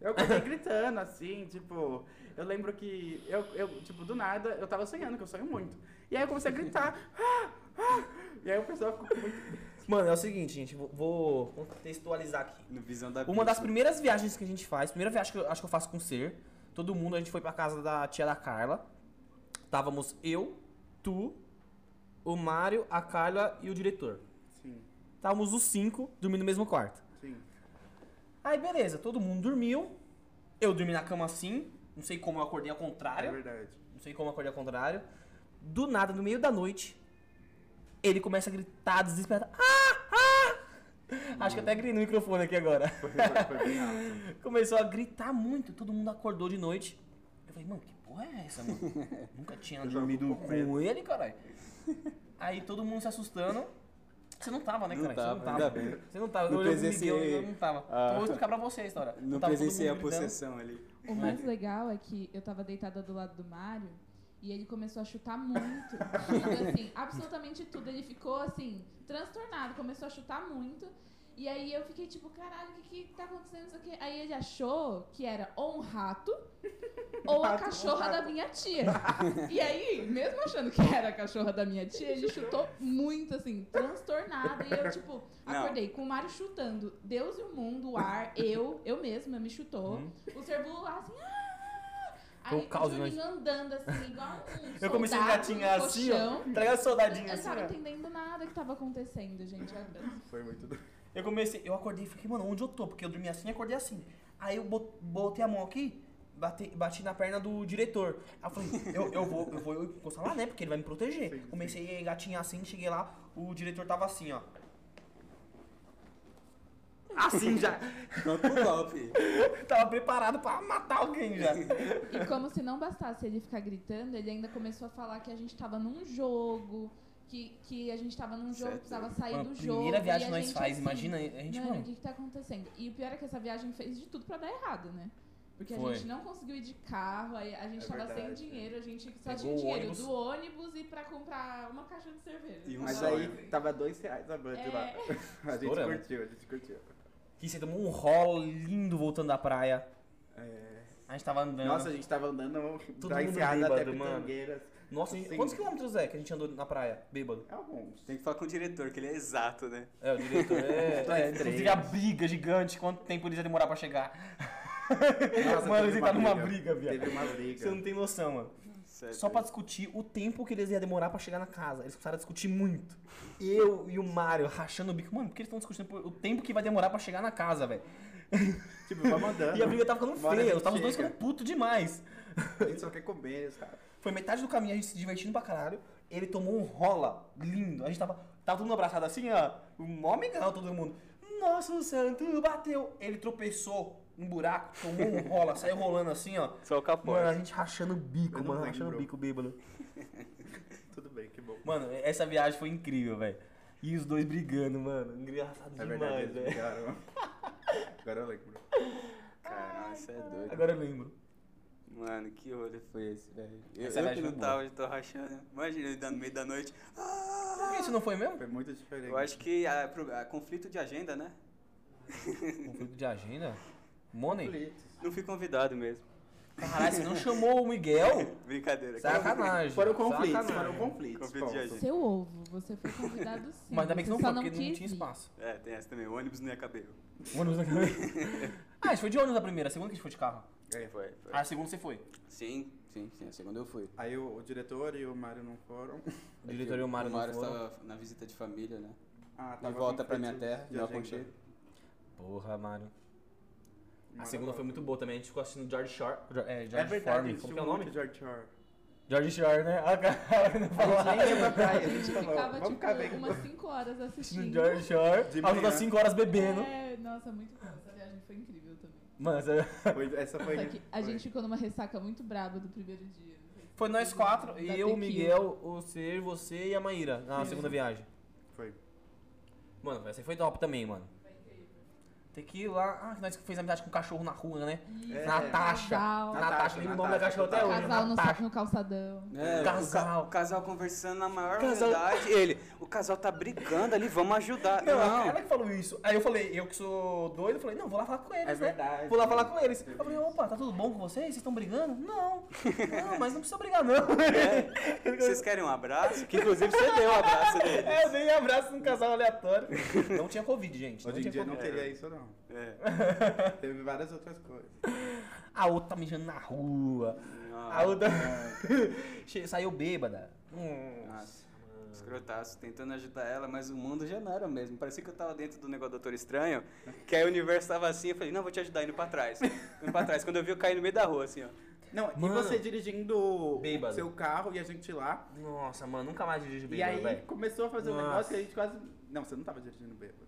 Speaker 3: Eu acordei gritando, assim, tipo. Eu lembro que. Eu, eu, tipo, do nada, eu tava sonhando, que eu sonho muito. E aí eu comecei a gritar. "Ah, ah", E aí o pessoal ficou muito.
Speaker 2: Mano, é o seguinte, gente. vou- Vou contextualizar aqui.
Speaker 1: No visão da
Speaker 2: Uma das
Speaker 1: Bíblia.
Speaker 2: primeiras viagens que a gente faz, primeira viagem que eu acho que eu faço com ser, todo mundo, a gente foi pra casa da tia da Carla. Távamos eu, tu, o Mário, a Carla e o diretor.
Speaker 3: Sim,
Speaker 2: Távamos os cinco dormindo no mesmo quarto.
Speaker 3: sim.
Speaker 2: Aí beleza, todo mundo dormiu. Eu dormi na cama assim, não sei como eu acordei ao
Speaker 3: É
Speaker 2: contrário.
Speaker 3: verdade.
Speaker 2: Não sei como eu acordei ao contrário. Do nada, no meio da noite, ele começa a gritar desesperado. Ah! Ah! Acho que até gritei no microfone aqui agora.
Speaker 3: Foi, foi, foi bem alto.
Speaker 2: Começou a gritar muito, todo mundo acordou de noite. Eu falei, mano, que porra é essa, mano? Nunca tinha dormido com ele, caralho. Aí todo mundo se assustando. Você não tava, né,
Speaker 1: Não
Speaker 2: cara?
Speaker 1: tava,
Speaker 2: Você não
Speaker 1: ainda
Speaker 2: tava.
Speaker 1: bem.
Speaker 2: Você não tava.
Speaker 1: Não
Speaker 2: Eu olhei pro
Speaker 1: presenciei-
Speaker 2: Miguel e eu não tava.
Speaker 1: Ah.
Speaker 2: Então eu vou explicar pra vocês a história.
Speaker 1: Não
Speaker 2: Tava todo
Speaker 1: presenciei a
Speaker 2: mundo gritando.
Speaker 1: possessão ali.
Speaker 9: O mais legal é que eu tava deitada do lado do Mário e ele começou a chutar muito. Chutando, assim, absolutamente tudo. Ele ficou assim, transtornado, começou a chutar muito. E aí eu fiquei tipo, caralho, o que, que tá acontecendo? Isso aqui? Aí ele achou que era ou um rato ou a
Speaker 3: Rato, um
Speaker 9: cachorra
Speaker 3: rato.
Speaker 9: da minha tia. E aí, mesmo achando que era a cachorra da minha tia, ele chutou muito, assim, transtornado. E eu, tipo,
Speaker 1: Não.
Speaker 9: acordei com o Mário chutando. Deus e o mundo, o ar, eu, eu mesma, me chutou.
Speaker 3: Uhum.
Speaker 2: Hum.
Speaker 9: O Cervu lá assim. "Ah!"
Speaker 2: Foi
Speaker 9: Aí
Speaker 2: o
Speaker 9: o
Speaker 2: caos,
Speaker 9: Julinho andando assim, igual um.
Speaker 2: Eu comecei a
Speaker 9: soldado
Speaker 2: gatinhar
Speaker 9: no
Speaker 2: assim, ó.
Speaker 9: colchão.
Speaker 2: Entregar
Speaker 9: Eu
Speaker 2: soldadinho
Speaker 9: não
Speaker 2: assim,
Speaker 9: tava
Speaker 2: ó.
Speaker 9: entendendo nada que tava acontecendo, gente. Meu Deus.
Speaker 3: Foi muito doido.
Speaker 2: Eu comecei, eu acordei e fiquei, mano, onde eu tô? Porque eu dormi assim e acordei assim. Aí eu bot- botei a mão aqui, bate- bati na perna do diretor. Aí eu falei, eu, eu vou, eu vou encostar lá, né? Porque ele vai me proteger.
Speaker 3: Sim, sim.
Speaker 2: Comecei a gatinhar assim, cheguei lá, o diretor tava assim, ó. Assim já.
Speaker 1: Pronto pro golpe.
Speaker 2: tava preparado pra matar alguém já.
Speaker 9: E como se não bastasse ele ficar gritando, ele ainda começou a falar que a gente tava num jogo. Que, que a gente tava num jogo,
Speaker 1: Certo.
Speaker 9: precisava sair
Speaker 2: Mano,
Speaker 9: do jogo.
Speaker 2: primeira
Speaker 9: e
Speaker 2: viagem
Speaker 9: a
Speaker 2: que nós
Speaker 9: gente
Speaker 2: faz,
Speaker 9: assim,
Speaker 2: imagina, a gente,
Speaker 9: Mano, o
Speaker 2: mano.
Speaker 9: que que tá acontecendo? E o pior é que essa viagem fez de tudo pra dar errado, né? Porque
Speaker 2: Foi.
Speaker 9: a gente não conseguiu ir de carro, aí a gente
Speaker 3: É
Speaker 9: tava sem
Speaker 3: verdade,
Speaker 9: dinheiro, a gente só
Speaker 2: Pegou
Speaker 9: tinha
Speaker 2: o
Speaker 9: dinheiro
Speaker 2: ônibus.
Speaker 9: do ônibus e pra comprar uma caixa de cerveja.
Speaker 1: E um
Speaker 3: Mas
Speaker 1: sonho.
Speaker 3: aí
Speaker 2: tá-
Speaker 3: tava dois reais a banda lá.
Speaker 9: É.
Speaker 3: A gente
Speaker 2: Estouramos.
Speaker 3: curtiu, a gente curtiu.
Speaker 2: Que você tomou um rolo lindo voltando da praia.
Speaker 3: É.
Speaker 2: A gente tava andando.
Speaker 3: Nossa, a gente tava andando
Speaker 2: Todo
Speaker 3: da
Speaker 2: mundo
Speaker 3: enseada até
Speaker 2: bêbado, mano.
Speaker 3: Pitangueiras. É
Speaker 2: Nossa, gente-
Speaker 3: Sim.
Speaker 2: quantos quilômetros é que a gente andou na praia, bêbado?
Speaker 3: Alguns.
Speaker 1: Tem que falar com o diretor, que ele é exato, né?
Speaker 2: É, o diretor. É,
Speaker 3: Dois,
Speaker 2: é, inclusive
Speaker 3: três.
Speaker 2: a briga gigante, quanto tempo eles ia demorar pra chegar.
Speaker 3: Nossa,
Speaker 2: mano,
Speaker 3: teve
Speaker 2: você
Speaker 3: uma
Speaker 2: tá numa
Speaker 3: briga.
Speaker 2: briga, viado.
Speaker 3: Teve uma
Speaker 2: Você
Speaker 3: briga.
Speaker 2: não tem noção, mano.
Speaker 1: Certo.
Speaker 4: só pra discutir o tempo que eles iam demorar pra chegar na casa. Eles começaram a discutir muito. Eu e o Mário rachando o bico, mano, porque eles estão discutindo por- o tempo que vai demorar pra chegar na casa, velho.
Speaker 3: Tipo, vamos andando.
Speaker 4: E a briga tava ficando
Speaker 3: Bora, a
Speaker 4: feia,
Speaker 3: gente
Speaker 4: tava os dois
Speaker 3: chega.
Speaker 4: ficando puto demais.
Speaker 3: A gente só quer comer, sabe?
Speaker 4: Foi metade do caminho, a gente se divertindo pra caralho. Ele tomou um rola lindo. A gente tava, tava todo mundo abraçado assim, ó. Um mó amigão, todo mundo. Nosso santo bateu. Ele tropeçou um buraco, tomou um rola, saiu rolando assim, ó.
Speaker 1: Só o
Speaker 4: Mano, a
Speaker 1: capote.
Speaker 4: gente rachando o
Speaker 3: Eu
Speaker 4: bico,
Speaker 3: não
Speaker 4: mano.
Speaker 3: lembro.
Speaker 4: Rachando o bico, bêbado.
Speaker 3: Tudo bem, que bom.
Speaker 4: Mano, essa viagem foi incrível, velho. E os dois brigando, mano. Engraçado
Speaker 3: É verdade,
Speaker 4: demais,
Speaker 1: né?
Speaker 3: eles
Speaker 4: velho.
Speaker 3: brigaram. Agora eu lembro.
Speaker 1: Caralho, isso é doido.
Speaker 4: Agora eu lembro.
Speaker 1: Mano, que rolê foi esse, velho? Eu,
Speaker 4: Essa
Speaker 1: eu
Speaker 4: viagem
Speaker 1: que não
Speaker 4: foi boa.
Speaker 1: tava, eu tô rachando. Imagina, eu dar no meio da noite.
Speaker 4: Por que isso não foi mesmo?
Speaker 3: Foi muito diferente.
Speaker 1: Eu acho que é pro- é conflito de agenda, né?
Speaker 2: Conflito de agenda? Money?
Speaker 1: Não fui convidado mesmo.
Speaker 2: Caralho, você não chamou o Miguel?
Speaker 3: um
Speaker 1: Brincadeira.
Speaker 2: Sacanagem.
Speaker 3: Foram conflitos,
Speaker 2: sacanagem.
Speaker 3: foram conflitos.
Speaker 1: Conflito de
Speaker 3: ponto.
Speaker 1: agenda.
Speaker 9: Seu ovo, você foi convidado sim.
Speaker 2: Mas ainda bem que não
Speaker 9: você só
Speaker 2: foi, porque não
Speaker 9: quis
Speaker 2: tinha
Speaker 9: ir.
Speaker 2: espaço.
Speaker 1: É, tem essa também. O ônibus não ia caber.
Speaker 2: O ônibus não Ah, a gente foi de ônibus na primeira, a segunda que a gente foi de carro.
Speaker 1: É, foi, foi.
Speaker 2: Ah, a segunda você foi.
Speaker 1: Sim, sim, sim. A segunda eu fui.
Speaker 3: Aí o, o diretor e o Mário não foram.
Speaker 2: É O diretor e o Mário
Speaker 1: O
Speaker 2: não
Speaker 1: Mário
Speaker 2: foram.
Speaker 1: estava na visita de família, né?
Speaker 3: Ah,
Speaker 1: E
Speaker 3: tava
Speaker 1: volta pra minha
Speaker 3: conflito
Speaker 1: terra,
Speaker 3: de
Speaker 1: meu
Speaker 3: agenda.
Speaker 1: aconchego.
Speaker 2: Porra, Mário. A
Speaker 3: Mário
Speaker 2: segunda foi
Speaker 3: volta.
Speaker 2: muito boa também, a gente ficou assistindo George Shore. É,
Speaker 3: É
Speaker 2: George
Speaker 3: verdade,
Speaker 2: Foreman,
Speaker 3: eles
Speaker 2: como que é o
Speaker 3: filmam
Speaker 2: nome?
Speaker 3: muito George Shore.
Speaker 2: George Shore, né? Ah, cara, não falou "Ah, tá
Speaker 3: A gente nem ia pra praia, a
Speaker 9: A gente
Speaker 3: gente falou,
Speaker 9: ficava,
Speaker 3: vamos
Speaker 9: tipo,
Speaker 3: ficar bem.
Speaker 9: umas 5 horas
Speaker 2: assistindo
Speaker 9: assistindo.
Speaker 2: George Shore,
Speaker 3: De
Speaker 2: às
Speaker 3: manhã.
Speaker 2: 5 horas bebendo.
Speaker 9: É, nossa, muito bom. Essa viagem foi incrível também.
Speaker 2: Mano, essa-
Speaker 3: Foi- Essa foi...
Speaker 9: Só que a
Speaker 3: foi.
Speaker 9: gente ficou numa ressaca muito braba do primeiro dia.
Speaker 2: foi nós quatro,
Speaker 9: Da
Speaker 2: e eu, o
Speaker 9: tequila.
Speaker 2: Miguel, o Ser, você e a Maíra, na
Speaker 9: Sim.
Speaker 2: segunda viagem.
Speaker 3: Foi.
Speaker 2: Mano, essa foi top também, mano. Tequila, ah, que nós fez amizade com um cachorro na rua, né?
Speaker 3: É.
Speaker 2: Natasha.
Speaker 9: Casal.
Speaker 2: Natasha, lembra o nome da
Speaker 3: Natasha,
Speaker 2: cachorra até hoje.
Speaker 9: Casal no,
Speaker 2: Natasha.
Speaker 9: no calçadão.
Speaker 1: É,
Speaker 2: Casal.
Speaker 1: O, ca- o casal conversando na maior
Speaker 2: Casal.
Speaker 1: verdade. Ele, o casal tá brigando ali, vamos ajudar.
Speaker 2: Não,
Speaker 1: Não,
Speaker 2: ela que falou isso. Aí eu falei, eu que sou doido, eu falei, não, vou lá falar com eles,
Speaker 3: É
Speaker 2: né?
Speaker 3: verdade.
Speaker 2: Vou lá falar com eles.
Speaker 3: Teve
Speaker 2: Eu falei,
Speaker 3: isso.
Speaker 2: opa, tá tudo bom com vocês? Vocês estão brigando? Não, não, mas não precisa brigar, não.
Speaker 3: É.
Speaker 1: vocês querem um abraço? Que inclusive você deu um abraço dele.
Speaker 2: É, eu dei abraço num casal aleatório. Não tinha Covid, gente.
Speaker 3: Hoje em
Speaker 2: tinha
Speaker 3: dia não
Speaker 2: COVID.
Speaker 3: teria isso, não.
Speaker 1: É.
Speaker 3: Teve várias outras coisas.
Speaker 2: A outra tá mijando na rua.
Speaker 1: Nossa.
Speaker 2: A
Speaker 3: Ah,
Speaker 2: outra. Che- Saiu bêbada. Hum.
Speaker 1: Nossa, escrotaço, tentando ajudar ela, mas o mundo já não era mesmo. Parecia que eu tava dentro do negócio do Doutor Estranho, que aí o universo tava assim, eu falei, não, vou te ajudar indo pra trás. Indo pra trás. Quando eu vi, eu caí no meio da rua, assim, ó.
Speaker 3: Não,
Speaker 2: Mano.
Speaker 3: e você dirigindo o
Speaker 2: Bêbado.
Speaker 3: seu carro e a gente lá.
Speaker 2: Nossa, mano, nunca mais dirijo
Speaker 3: E
Speaker 2: bêbado,
Speaker 3: aí
Speaker 2: velho.
Speaker 3: começou a fazer um
Speaker 2: Nossa.
Speaker 3: negócio que a gente quase. Não, você não tava dirigindo bêbado.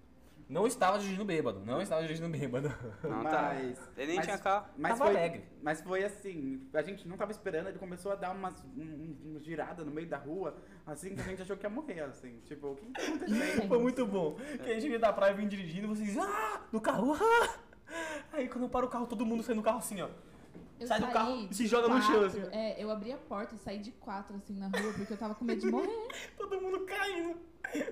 Speaker 2: Não estava dirigindo bêbado. Não estava dirigindo bêbado.
Speaker 1: Não,
Speaker 3: Mas-
Speaker 1: tá. Ele nem
Speaker 3: mas-
Speaker 1: tinha carro.
Speaker 3: Mas
Speaker 2: Tava
Speaker 3: foi,
Speaker 2: alegre.
Speaker 3: Mas foi assim, a gente não tava esperando, ele começou a dar umas um- um- uma girada no meio da rua, assim, que a gente achou que ia morrer, assim. Tipo, o que que tá acontecendo?
Speaker 2: Foi muito bom. Que a gente veio da praia vim dirigindo, vocês. Ah! No carro! Ah! Aí quando eu paro o carro, todo mundo sai no carro assim, ó.
Speaker 9: Eu
Speaker 2: Sai do
Speaker 9: saí
Speaker 2: carro e
Speaker 9: de
Speaker 2: se joga no chão,
Speaker 9: quatro.
Speaker 2: assim.
Speaker 9: É, eu abri a porta e saí de quatro, assim, na rua, porque eu tava com medo de morrer.
Speaker 2: Todo mundo caindo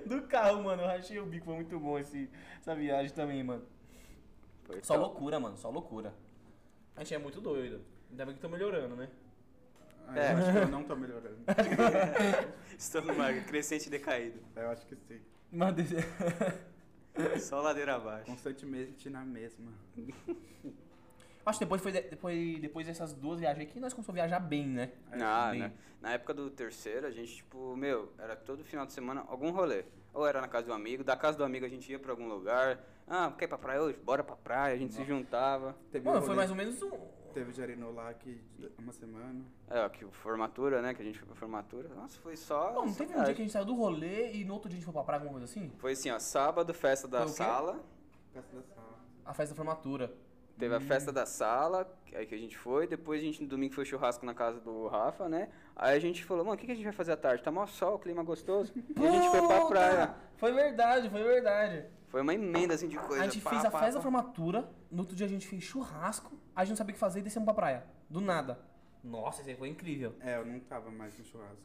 Speaker 2: do carro, mano. Eu achei o bico, foi muito bom esse, essa viagem também, mano.
Speaker 1: Foi
Speaker 2: Só um
Speaker 1: tal.
Speaker 2: loucura, mano, só loucura. A gente é muito doido. Ainda bem que tô melhorando, né?
Speaker 3: Ah, eu acho que eu não tô melhorando.
Speaker 1: Estou numa crescente decaída.
Speaker 3: Eu acho que sim.
Speaker 2: Mas desse-
Speaker 1: Só ladeira abaixo.
Speaker 3: Constantemente na mesma.
Speaker 2: Acho que depois, foi de- depois, depois dessas duas viagens aqui, nós começamos a viajar bem, né?
Speaker 1: Não,
Speaker 2: bem.
Speaker 1: na, Ah, na época do terceiro, a gente, tipo, meu, era todo final de semana algum rolê. Ou era na casa do amigo, da casa do amigo a gente ia pra algum lugar. Ah, quer ir pra praia hoje? Bora pra praia, a gente se juntava.
Speaker 3: Teve
Speaker 2: Mano,
Speaker 3: um
Speaker 2: foi
Speaker 3: rolê-
Speaker 2: mais ou menos um.
Speaker 3: Teve Jarinô lá que uma semana.
Speaker 1: É, ó, que formatura, né? Que a gente foi pra formatura. Nossa, foi só.
Speaker 2: Não, não
Speaker 1: só
Speaker 2: teve um dia que a
Speaker 1: viagem.
Speaker 2: gente saiu do rolê e no outro dia a gente foi pra praia, alguma coisa assim?
Speaker 1: Foi assim, ó, sábado, festa da
Speaker 2: Foi o quê?
Speaker 1: sala.
Speaker 3: Festa da sala.
Speaker 2: A festa da formatura.
Speaker 1: Teve
Speaker 2: Hum.
Speaker 1: a festa da sala, que- aí que a gente foi. Depois a gente, no domingo, foi churrasco na casa do Rafa, né? Aí a gente falou, mano, o que, que a gente vai fazer à tarde? Tá mó sol, clima gostoso. E a gente foi pra
Speaker 2: Puta!
Speaker 1: praia.
Speaker 2: Foi verdade, foi verdade.
Speaker 1: Foi uma emenda, assim, de coisa.
Speaker 2: a gente
Speaker 1: pá,
Speaker 2: fez a
Speaker 1: pá,
Speaker 2: festa da
Speaker 1: pá.
Speaker 2: formatura, no outro dia a gente fez churrasco, aí a gente não sabia o que fazer e descemos pra praia. Do nada. Nossa, isso aí foi incrível.
Speaker 3: É, eu não tava mais no churrasco.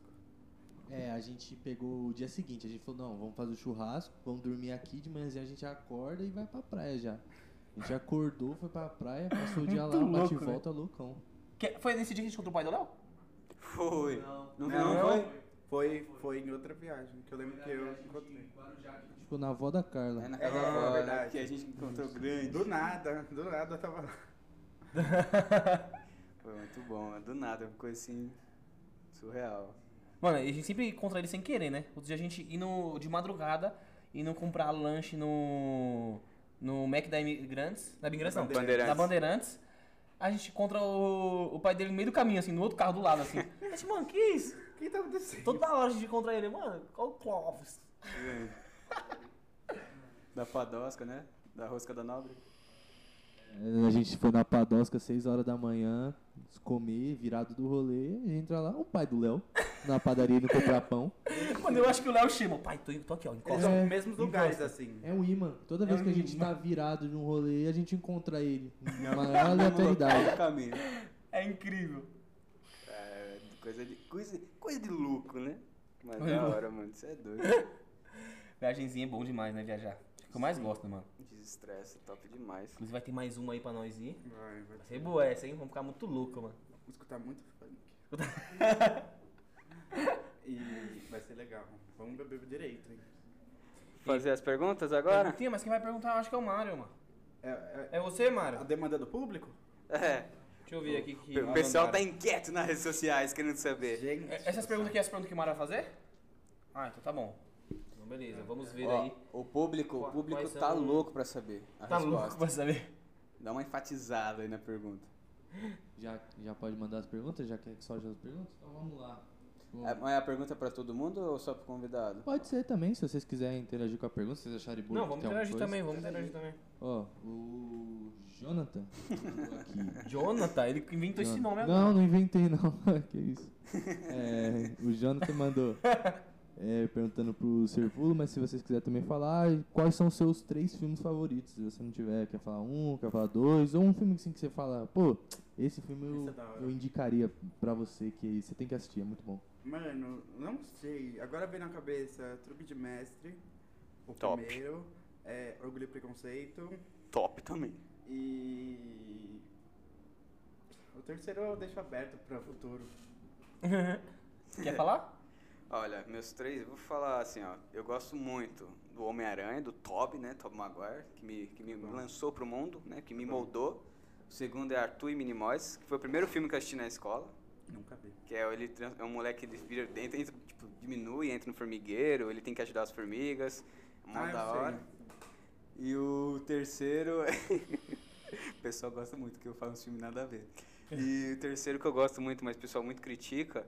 Speaker 5: É, a gente pegou o dia seguinte, a gente falou, não, vamos fazer o churrasco, vamos dormir aqui, de manhãzinha a gente acorda e vai pra praia já. A gente acordou, foi pra praia, passou o dia lá,
Speaker 2: Muito
Speaker 5: bate e
Speaker 2: louco, né?
Speaker 5: volta, loucão.
Speaker 2: Que- foi nesse dia que a gente encontrou o pai do Léo?
Speaker 1: Foi. Não,
Speaker 3: Não,
Speaker 1: não foi?
Speaker 3: Foi, foi em outra viagem, que eu lembro que eu encontrei.
Speaker 5: A gente ficou na avó da Carla.
Speaker 1: É na
Speaker 3: É,
Speaker 1: casa da avó, né,
Speaker 3: verdade.
Speaker 1: que a gente encontrou grande.
Speaker 3: Do nada, do nada eu tava lá.
Speaker 1: né? Foi muito bom, do nada, ficou assim. Surreal.
Speaker 2: Mano, e a gente sempre encontra ele sem querer, né? Outro dia a gente indo de madrugada, indo comprar lanche no. No Mac da Imigrantes. Na Imigrantes não.
Speaker 1: Bandeirantes.
Speaker 2: Na Bandeirantes. A gente encontra o, o pai dele no meio do caminho, assim, no outro carro do lado, assim. A gente, mano, que isso?
Speaker 3: O que tá acontecendo?
Speaker 2: Toda hora a gente encontra ele, mano, qual o Clóvis?
Speaker 1: Da Padosca, né? Da Rosca da Nobre.
Speaker 5: É, A gente foi na Padosca 6 horas da manhã, comer, virado do rolê, e entra lá o pai do Léo, na padaria indo comprar pão.
Speaker 2: Quando eu acho que o Léo chama, pai, tô, tô aqui, ó,
Speaker 3: Eles
Speaker 2: encosta.
Speaker 3: são
Speaker 5: É,
Speaker 3: os mesmos
Speaker 5: encosta.
Speaker 3: lugares, assim.
Speaker 5: É um imã. Toda
Speaker 3: É
Speaker 5: vez
Speaker 3: um
Speaker 5: que a gente
Speaker 3: imã.
Speaker 5: tá virado de um rolê, a gente encontra ele. Uma
Speaker 1: Local do
Speaker 5: aleatoriedade.
Speaker 1: caminho.
Speaker 2: É incrível.
Speaker 1: É, coisa, de, coisa, coisa de louco, né? Mas
Speaker 2: Coisa de
Speaker 1: da
Speaker 2: louco.
Speaker 1: hora, mano. Isso é doido.
Speaker 2: Viagenzinha é bom demais, né, viajar. O que eu mais gosto, mano.
Speaker 1: Desestressa, top demais.
Speaker 2: Inclusive vai ter mais uma aí pra nós ir.
Speaker 3: Vai, vai.
Speaker 2: Vai ser boa essa, hein? Vamos ficar muito louco, mano.
Speaker 3: Vou escutar muito funk. e vai ser legal. Vamos beber direito, hein?
Speaker 1: Fazer as perguntas agora?
Speaker 2: Perguntinha, mas quem vai perguntar, eu acho que é o Mário, mano.
Speaker 3: É, é-
Speaker 2: É você,
Speaker 3: é a
Speaker 2: Mário?
Speaker 3: demanda do público?
Speaker 1: É.
Speaker 2: Deixa eu ver aqui que.
Speaker 1: O pessoal tá
Speaker 2: mandaram.
Speaker 1: inquieto nas redes sociais querendo saber.
Speaker 3: Gente.
Speaker 2: É- Essas perguntas aqui é as perguntas que o Mário vai fazer? Ah, então tá bom. Então beleza, vamos ver aí.
Speaker 1: o público,
Speaker 2: Qua-
Speaker 1: o público
Speaker 2: quais
Speaker 1: tá
Speaker 2: são-
Speaker 1: louco pra saber a
Speaker 2: Tá
Speaker 1: resposta.
Speaker 2: louco pra saber?
Speaker 1: Dá uma enfatizada aí na pergunta.
Speaker 5: Já, já pode mandar as perguntas? Já quer que solte as perguntas? Então vamos lá.
Speaker 2: Hum.
Speaker 5: Bom,
Speaker 1: É, mas a pergunta é pra todo mundo ou só pro convidado?
Speaker 5: Pode ser também, se vocês quiserem interagir com a pergunta, se vocês acharem boa.
Speaker 2: Não, vamos
Speaker 5: tem alguma
Speaker 2: interagir
Speaker 5: coisa.
Speaker 2: também, vamos interagir também.
Speaker 5: Ó, o Jonathan. mandou aqui.
Speaker 2: Jonathan, ele que inventou esse
Speaker 5: Jonathan.
Speaker 2: nome agora.
Speaker 5: Não, não inventei não. que isso. É, o Jonathan mandou. é, perguntando pro Servulo, mas se vocês quiserem também falar, quais são os seus três filmes favoritos? Se você não tiver, quer falar um, quer falar dois, ou um filme assim que você fala, pô, esse filme eu,
Speaker 3: Esse é da hora.
Speaker 5: eu indicaria pra você, que você tem que assistir, é muito bom.
Speaker 3: Mano, não sei. Agora vem na cabeça Truque de Mestre. O
Speaker 1: Top.
Speaker 3: primeiro. é, Orgulho e Preconceito.
Speaker 1: Top também.
Speaker 3: E. O terceiro eu deixo aberto pra futuro.
Speaker 2: Quer falar?
Speaker 1: Olha, meus três, vou falar assim, ó. Eu gosto muito do Homem-Aranha, do Toby, né? Toby Maguire, que me, que me lançou pro mundo, né? Que me moldou. O segundo é Arthur e Minimóis, que foi o primeiro filme que eu assisti na escola.
Speaker 3: Nunca vi.
Speaker 1: Que é ele tran- é um moleque ele vira dentro, entra, tipo, diminui, entra no formigueiro, ele tem que ajudar as formigas. É Mó
Speaker 3: Ah, eu
Speaker 1: da
Speaker 3: sei.
Speaker 1: hora. E o terceiro. é o pessoal gosta muito que eu falo uns filmes nada a ver. E o terceiro que eu gosto muito, mas o pessoal muito critica.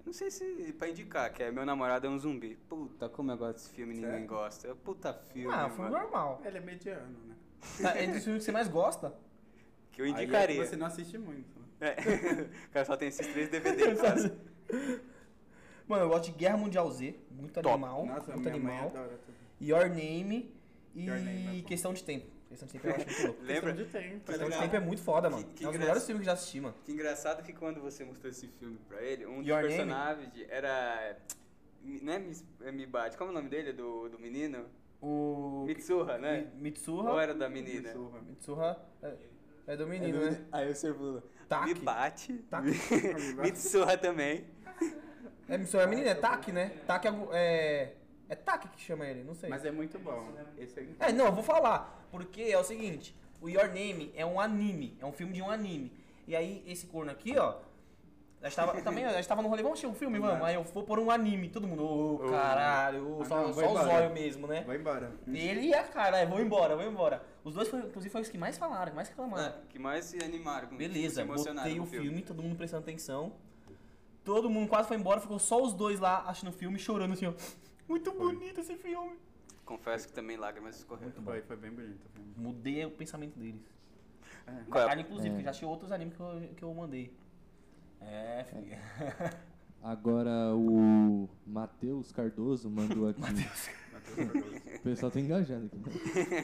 Speaker 1: eu Não sei se pra indicar, que é Meu Namorado é um Zumbi. Puta, como eu gosto desse filme, ninguém
Speaker 3: Sério?
Speaker 1: gosta. É um Puta filme,
Speaker 2: ah, filme
Speaker 1: mano.
Speaker 2: normal.
Speaker 3: Ele é mediano, né?
Speaker 2: Tá, É do filme que você mais gosta?
Speaker 1: Que eu
Speaker 3: Aí é que
Speaker 1: indicaria.
Speaker 3: você não assiste muito. né?
Speaker 1: É. o cara só tem esses três DVD em casa.
Speaker 2: Mano, eu gosto de Guerra Mundial Z, muito
Speaker 1: Top.
Speaker 2: animal,
Speaker 3: Nossa,
Speaker 2: muito
Speaker 3: minha mãe
Speaker 2: animal.
Speaker 3: adora também.
Speaker 2: Your Name e
Speaker 3: Your Name é bom.
Speaker 2: Questão de Tempo. Questão de Tempo eu acho muito louco.
Speaker 1: Lembra?
Speaker 3: Questão de tempo. é
Speaker 2: Questão de
Speaker 1: legal.
Speaker 2: Tempo é muito foda, mano.
Speaker 1: Que- que
Speaker 2: é um dos
Speaker 1: graça.
Speaker 2: melhores filmes que eu já assisti, mano.
Speaker 1: Que engraçado que quando você mostrou esse filme pra ele, um dos
Speaker 2: Your Name?
Speaker 1: personagens era. Não é Mis- é Mibate, como é o nome dele? Do, do menino?
Speaker 2: O... é.
Speaker 1: Mitsuha,
Speaker 2: Mi-
Speaker 1: né? Ou
Speaker 2: Mitsuha.
Speaker 1: era da
Speaker 3: legal.
Speaker 1: menina?
Speaker 3: Surra.
Speaker 2: Mitsuha é, é do menino, né?
Speaker 1: Aí o Servula.
Speaker 2: Taki.
Speaker 1: Mibate.
Speaker 2: Taki.
Speaker 1: Mitsuha também.
Speaker 2: É Mitsuha é menino, é Taki, né? Taki é... algum- É, é Taki que chama ele, não sei.
Speaker 3: Mas é muito bom. Esse é
Speaker 2: É, não, eu vou falar. Porque é o seguinte: o Your Name é um anime. É um filme de um anime. E aí, esse corno aqui, ó. A gente tava, também, a gente tava no rolê, vamos assistir um
Speaker 3: Tá
Speaker 2: filme, vamos. Aí eu vou por um anime. Todo mundo, ô,
Speaker 1: Ô.
Speaker 2: caralho, ô,
Speaker 3: Ah,
Speaker 2: só,
Speaker 3: não, vai
Speaker 2: só o
Speaker 3: embora.
Speaker 2: zóio mesmo, né?
Speaker 3: Vai embora.
Speaker 2: Ele e a cara, é, vou embora, vou embora. Os dois, foi, inclusive, foram os que mais falaram, que mais
Speaker 3: É.
Speaker 2: reclamaram.
Speaker 1: Que mais se animaram com
Speaker 2: Beleza,
Speaker 1: se emocionaram
Speaker 2: botei
Speaker 1: com
Speaker 2: o
Speaker 1: o
Speaker 2: filme, todo mundo prestando atenção. Todo mundo quase foi embora, ficou só os dois lá assistindo o filme, chorando assim, ó. Muito bonito esse filme.
Speaker 1: Confesso que também lágrimas escorreram.
Speaker 3: Foi, foi bem bonito. foi muito-
Speaker 2: Mudei o pensamento deles.
Speaker 3: É.
Speaker 1: Qual é a-
Speaker 2: Cara, inclusive,
Speaker 5: É.
Speaker 2: porque já achei outros animes que eu, que eu mandei. É, filho.
Speaker 5: Agora o Matheus Cardoso mandou aqui.
Speaker 3: Matheus Cardoso.
Speaker 5: o pessoal tá engajando aqui. Né?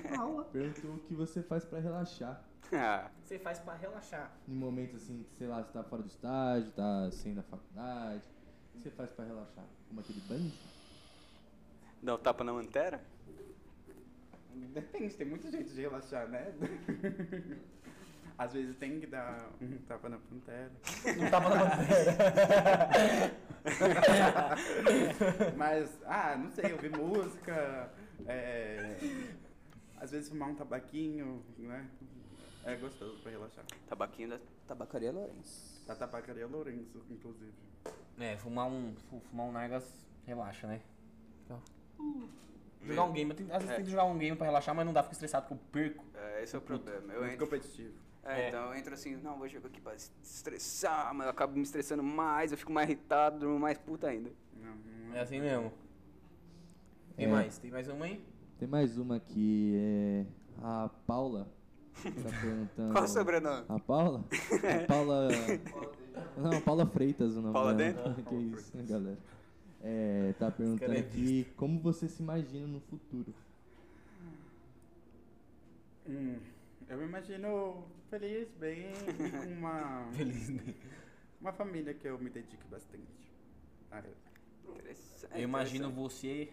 Speaker 5: Perguntou o que você faz pra relaxar.
Speaker 1: Ah,
Speaker 2: Você faz pra relaxar.
Speaker 5: Em momentos assim, que, sei lá, você tá fora do estágio, tá sem da faculdade. O que você faz pra relaxar? Como aquele banho?
Speaker 1: dá o tapa na mantera?
Speaker 3: Depende, tem muito jeito de relaxar, né? Às vezes tem que dar um tapa na pantera.
Speaker 2: Não tá tava na bandeira.
Speaker 3: Mas, ah, não sei, ouvir música. é, Às vezes fumar um tabaquinho, né? É gostoso pra relaxar.
Speaker 1: Tabaquinho da Tabacaria Lourenço.
Speaker 3: Da tabacaria Lourenço, inclusive.
Speaker 2: É, fumar um. fu- Fumar um Nargas relaxa, né? Jogar um game, eu tenho- às vezes
Speaker 1: É.
Speaker 2: tem que jogar um game pra relaxar, mas não dá, fico estressado porque eu perco.
Speaker 1: É, esse é o problema. Eu
Speaker 3: Muito
Speaker 1: entro,
Speaker 3: competitivo.
Speaker 1: é,
Speaker 2: É.
Speaker 1: Então eu entro assim, não, vou jogar aqui pra estressar, mas eu acabo me estressando mais, eu fico mais irritado, durmo mais puta ainda.
Speaker 3: Não, não
Speaker 2: É assim mesmo. Tem
Speaker 5: É.
Speaker 2: mais? Tem mais uma aí?
Speaker 5: Tem mais uma aqui, é. A Paula. Tá perguntando.
Speaker 1: Qual o sobrenome?
Speaker 5: A Paula? A Paula. Não, a Paula Freitas o nome
Speaker 1: Paula
Speaker 5: dela. que isso, né, galera? É, tá perguntando
Speaker 2: cara é
Speaker 5: aqui como você se imagina no futuro.
Speaker 3: Hum, eu me imagino feliz, bem, e com uma,
Speaker 2: Felizmente.
Speaker 3: uma família que eu me dedique bastante. Ah, eu-
Speaker 1: Interessante.
Speaker 3: É
Speaker 2: Eu imagino você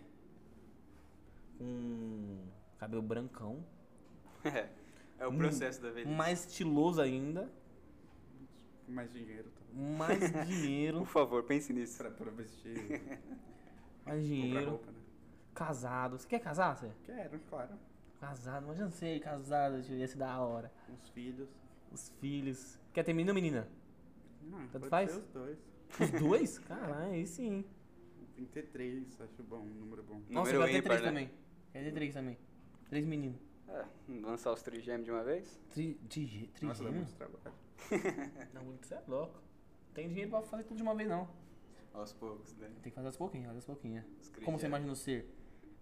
Speaker 2: com cabelo brancão,
Speaker 1: É, é o processo da velhice.
Speaker 2: mais estiloso ainda,
Speaker 3: com mais dinheiro tá?
Speaker 2: mais
Speaker 1: Por
Speaker 2: dinheiro,
Speaker 1: favor, pense nisso.
Speaker 3: pra, pra vestir,
Speaker 2: mais
Speaker 3: comprar
Speaker 2: dinheiro,
Speaker 3: roupa, né?
Speaker 2: casado. Você quer casar, você?
Speaker 3: Quero, claro.
Speaker 2: Casado, imagina você casado, ia ser da hora.
Speaker 3: Uns filhos.
Speaker 2: Os filhos. Quer ter menino ou menina?
Speaker 3: Não,
Speaker 2: Tanto
Speaker 3: pode
Speaker 2: faz?
Speaker 3: ser os dois.
Speaker 2: Os dois? Caralho, aí sim.
Speaker 3: Tem que ter três, acho bom, um número bom.
Speaker 2: Nossa, eu
Speaker 1: Número
Speaker 2: quero ter
Speaker 1: ímpar,
Speaker 2: três
Speaker 1: né?
Speaker 2: também. Quero ter três também. Três meninos.
Speaker 1: É, lançar os trigêmeos de uma vez?
Speaker 2: Tri, tri, tri,
Speaker 3: Nossa, dá muito trabalho.
Speaker 2: Não, você é louco. Tem dinheiro pra fazer tudo de uma vez, não.
Speaker 1: Aos poucos, né?
Speaker 2: Tem que fazer aos pouquinhos, fazer aos pouquinhos.
Speaker 1: Os
Speaker 2: Como você
Speaker 1: trigêmeos.
Speaker 2: imagina o ser?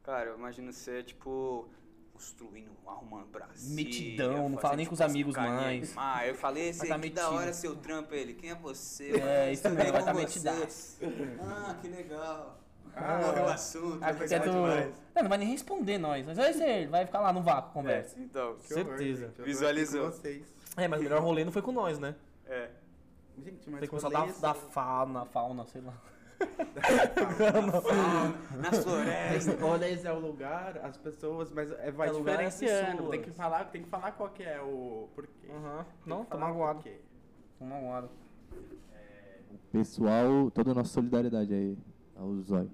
Speaker 1: Cara, eu imagino ser, tipo, construindo, arrumando Brasil.
Speaker 2: Metidão, não
Speaker 1: tipo,
Speaker 2: fala nem com os amigos mais.
Speaker 1: assim, Ah, eu falei, esse
Speaker 2: Vai tá
Speaker 1: aqui da
Speaker 2: metido.
Speaker 1: hora seu trampo, ele. Quem é você?
Speaker 2: É, isso mesmo, vai
Speaker 1: Como
Speaker 2: tá
Speaker 1: você?
Speaker 2: metidaço.
Speaker 1: Ah, que legal.
Speaker 3: Ah,
Speaker 1: Morreu o
Speaker 3: é.
Speaker 1: assunto. vai
Speaker 2: Arquiteto.
Speaker 1: gostar demais.
Speaker 2: Não, não vai nem responder nós. Mas vai ser, vai ficar lá no vácuo, conversa.
Speaker 1: Então,
Speaker 3: Que horror,
Speaker 2: Certeza.
Speaker 3: gente, eu tô aqui com
Speaker 1: Visualizou.
Speaker 3: Vocês.
Speaker 2: É, mas o melhor rolê não foi com nós, né?
Speaker 1: é.
Speaker 3: Gente, mas é
Speaker 2: Tem que começar da,
Speaker 3: rolês-
Speaker 2: da fauna, fauna, sei lá.
Speaker 1: Fauna, na floresta.
Speaker 3: Olha, esse é o lugar, as pessoas, mas é, vai
Speaker 2: É o lugar e as
Speaker 3: diferenciando. Tem que
Speaker 2: pessoas.
Speaker 3: falar, tem que falar qual que é o porquê.
Speaker 2: Aham.
Speaker 3: Tem
Speaker 2: Não,
Speaker 3: que
Speaker 2: tô
Speaker 3: falar
Speaker 2: magoado.
Speaker 3: porquê.
Speaker 2: Tô Tá magoado.
Speaker 5: Pessoal, toda a nossa solidariedade aí ao Zóio.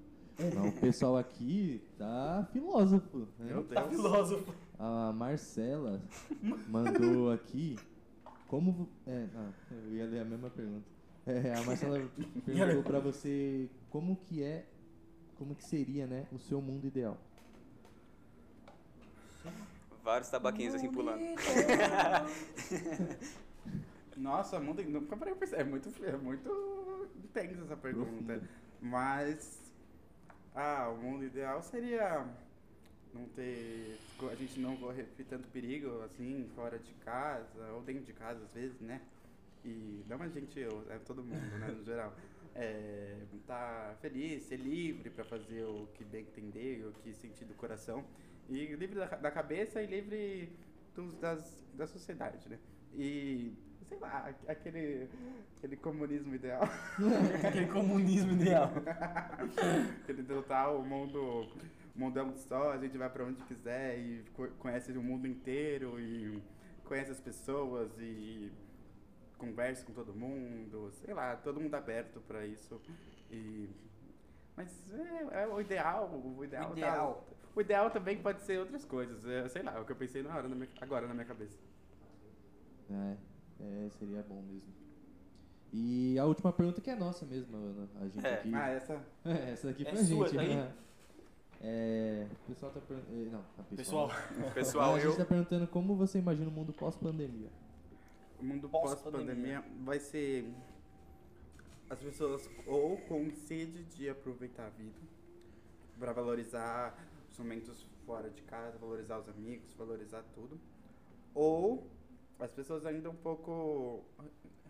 Speaker 5: Não, o pessoal aqui tá filósofo. Né?
Speaker 3: Meu Deus.
Speaker 2: Tá filósofo.
Speaker 5: A Marcela mandou aqui como. vo- É, não, eu ia ler a mesma pergunta. É, a Marcela perguntou pra você como que é. Como que seria, né, o seu mundo ideal?
Speaker 1: Vários tabaquinhos assim pulando.
Speaker 3: Nossa, mundo, nunca parei pra pensar. É muito, é muito intensa essa pergunta. Mas. Ah, o mundo ideal seria não ter. A gente não correr tanto perigo, assim, fora de casa, ou dentro de casa às vezes, né? E não a gente, eu, é todo mundo, né, no geral. É, tá feliz, ser livre pra fazer o que bem entender, o que sentir do coração. E livre da, ca- da cabeça e livre dos, das, da sociedade, né? E, sei lá, aquele, aquele comunismo ideal.
Speaker 2: Aquele comunismo ideal.
Speaker 3: Ele total, o mundo, o mundo é um só, a gente vai pra onde quiser e co- conhece o mundo inteiro e conhece as pessoas e conversa com todo mundo, sei lá, todo mundo aberto pra isso. E mas é, é o ideal, o
Speaker 2: O
Speaker 3: ideal, tá-
Speaker 2: ideal.
Speaker 3: o ideal também pode ser outras coisas, é, sei lá, é o que eu pensei na hora, na minha- agora na minha cabeça.
Speaker 5: É, é, seria bom mesmo. E a última pergunta que é nossa mesmo, Ana. A gente
Speaker 1: É,
Speaker 5: aqui.
Speaker 3: Ah, essa
Speaker 5: É, essa daqui
Speaker 2: É
Speaker 5: pra
Speaker 2: sua
Speaker 5: gente,
Speaker 2: daí?
Speaker 5: né? É, o pessoal tá perguntando. Não, a pessoal.
Speaker 2: Pessoal,
Speaker 1: Pessoal,
Speaker 5: a gente
Speaker 1: eu.
Speaker 5: tá perguntando como você imagina o mundo pós-pandemia.
Speaker 3: O mundo
Speaker 2: Pós-pandemia.
Speaker 3: pós-pandemia vai ser as pessoas ou com sede de aproveitar a vida, para valorizar os momentos fora de casa, valorizar os amigos, valorizar tudo, ou as pessoas ainda um pouco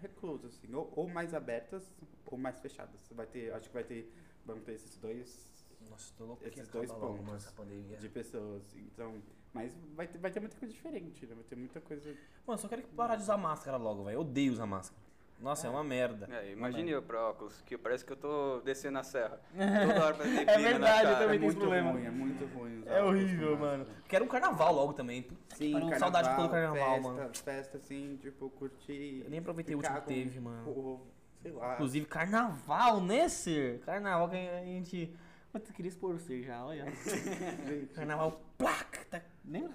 Speaker 3: reclusas, assim, ou, ou mais abertas ou mais fechadas. Vai ter, acho que vai ter, vão ter esses dois
Speaker 2: Nossa, tô louco.
Speaker 3: Esses dois pontos.
Speaker 2: pandemia.
Speaker 3: de pessoas. Então, mas vai ter, vai ter muita coisa diferente, né? Vai ter muita coisa
Speaker 2: Mano, só quero que parar de usar máscara logo, velho. Eu odeio usar máscara. Nossa, é, uma merda.
Speaker 1: É, imagine eu pra óculos, que parece que eu tô descendo a serra. Toda hora pra ter
Speaker 2: É
Speaker 1: pino
Speaker 2: verdade, eu
Speaker 1: na cara.
Speaker 2: também
Speaker 3: é
Speaker 2: tenho esse
Speaker 3: muito
Speaker 2: problema.
Speaker 3: ruim, é muito ruim. usar
Speaker 2: É
Speaker 3: óculos
Speaker 2: horrível,
Speaker 3: com máscara.
Speaker 2: mano. Quero um carnaval logo também. Puta que pariu, Tipo, saudade de todo carnaval,
Speaker 3: festa,
Speaker 2: mano.
Speaker 3: Festa, assim, tipo, curtir.
Speaker 2: Eu nem aproveitei o
Speaker 3: ficar
Speaker 2: último que
Speaker 3: com
Speaker 2: teve, mano.
Speaker 3: o- sei lá.
Speaker 2: Inclusive, carnaval, né, Sir? Carnaval que a gente. Puta, queria expor o Sir já, olha.
Speaker 3: gente,
Speaker 2: Carnaval, placa! Tá... Lembra?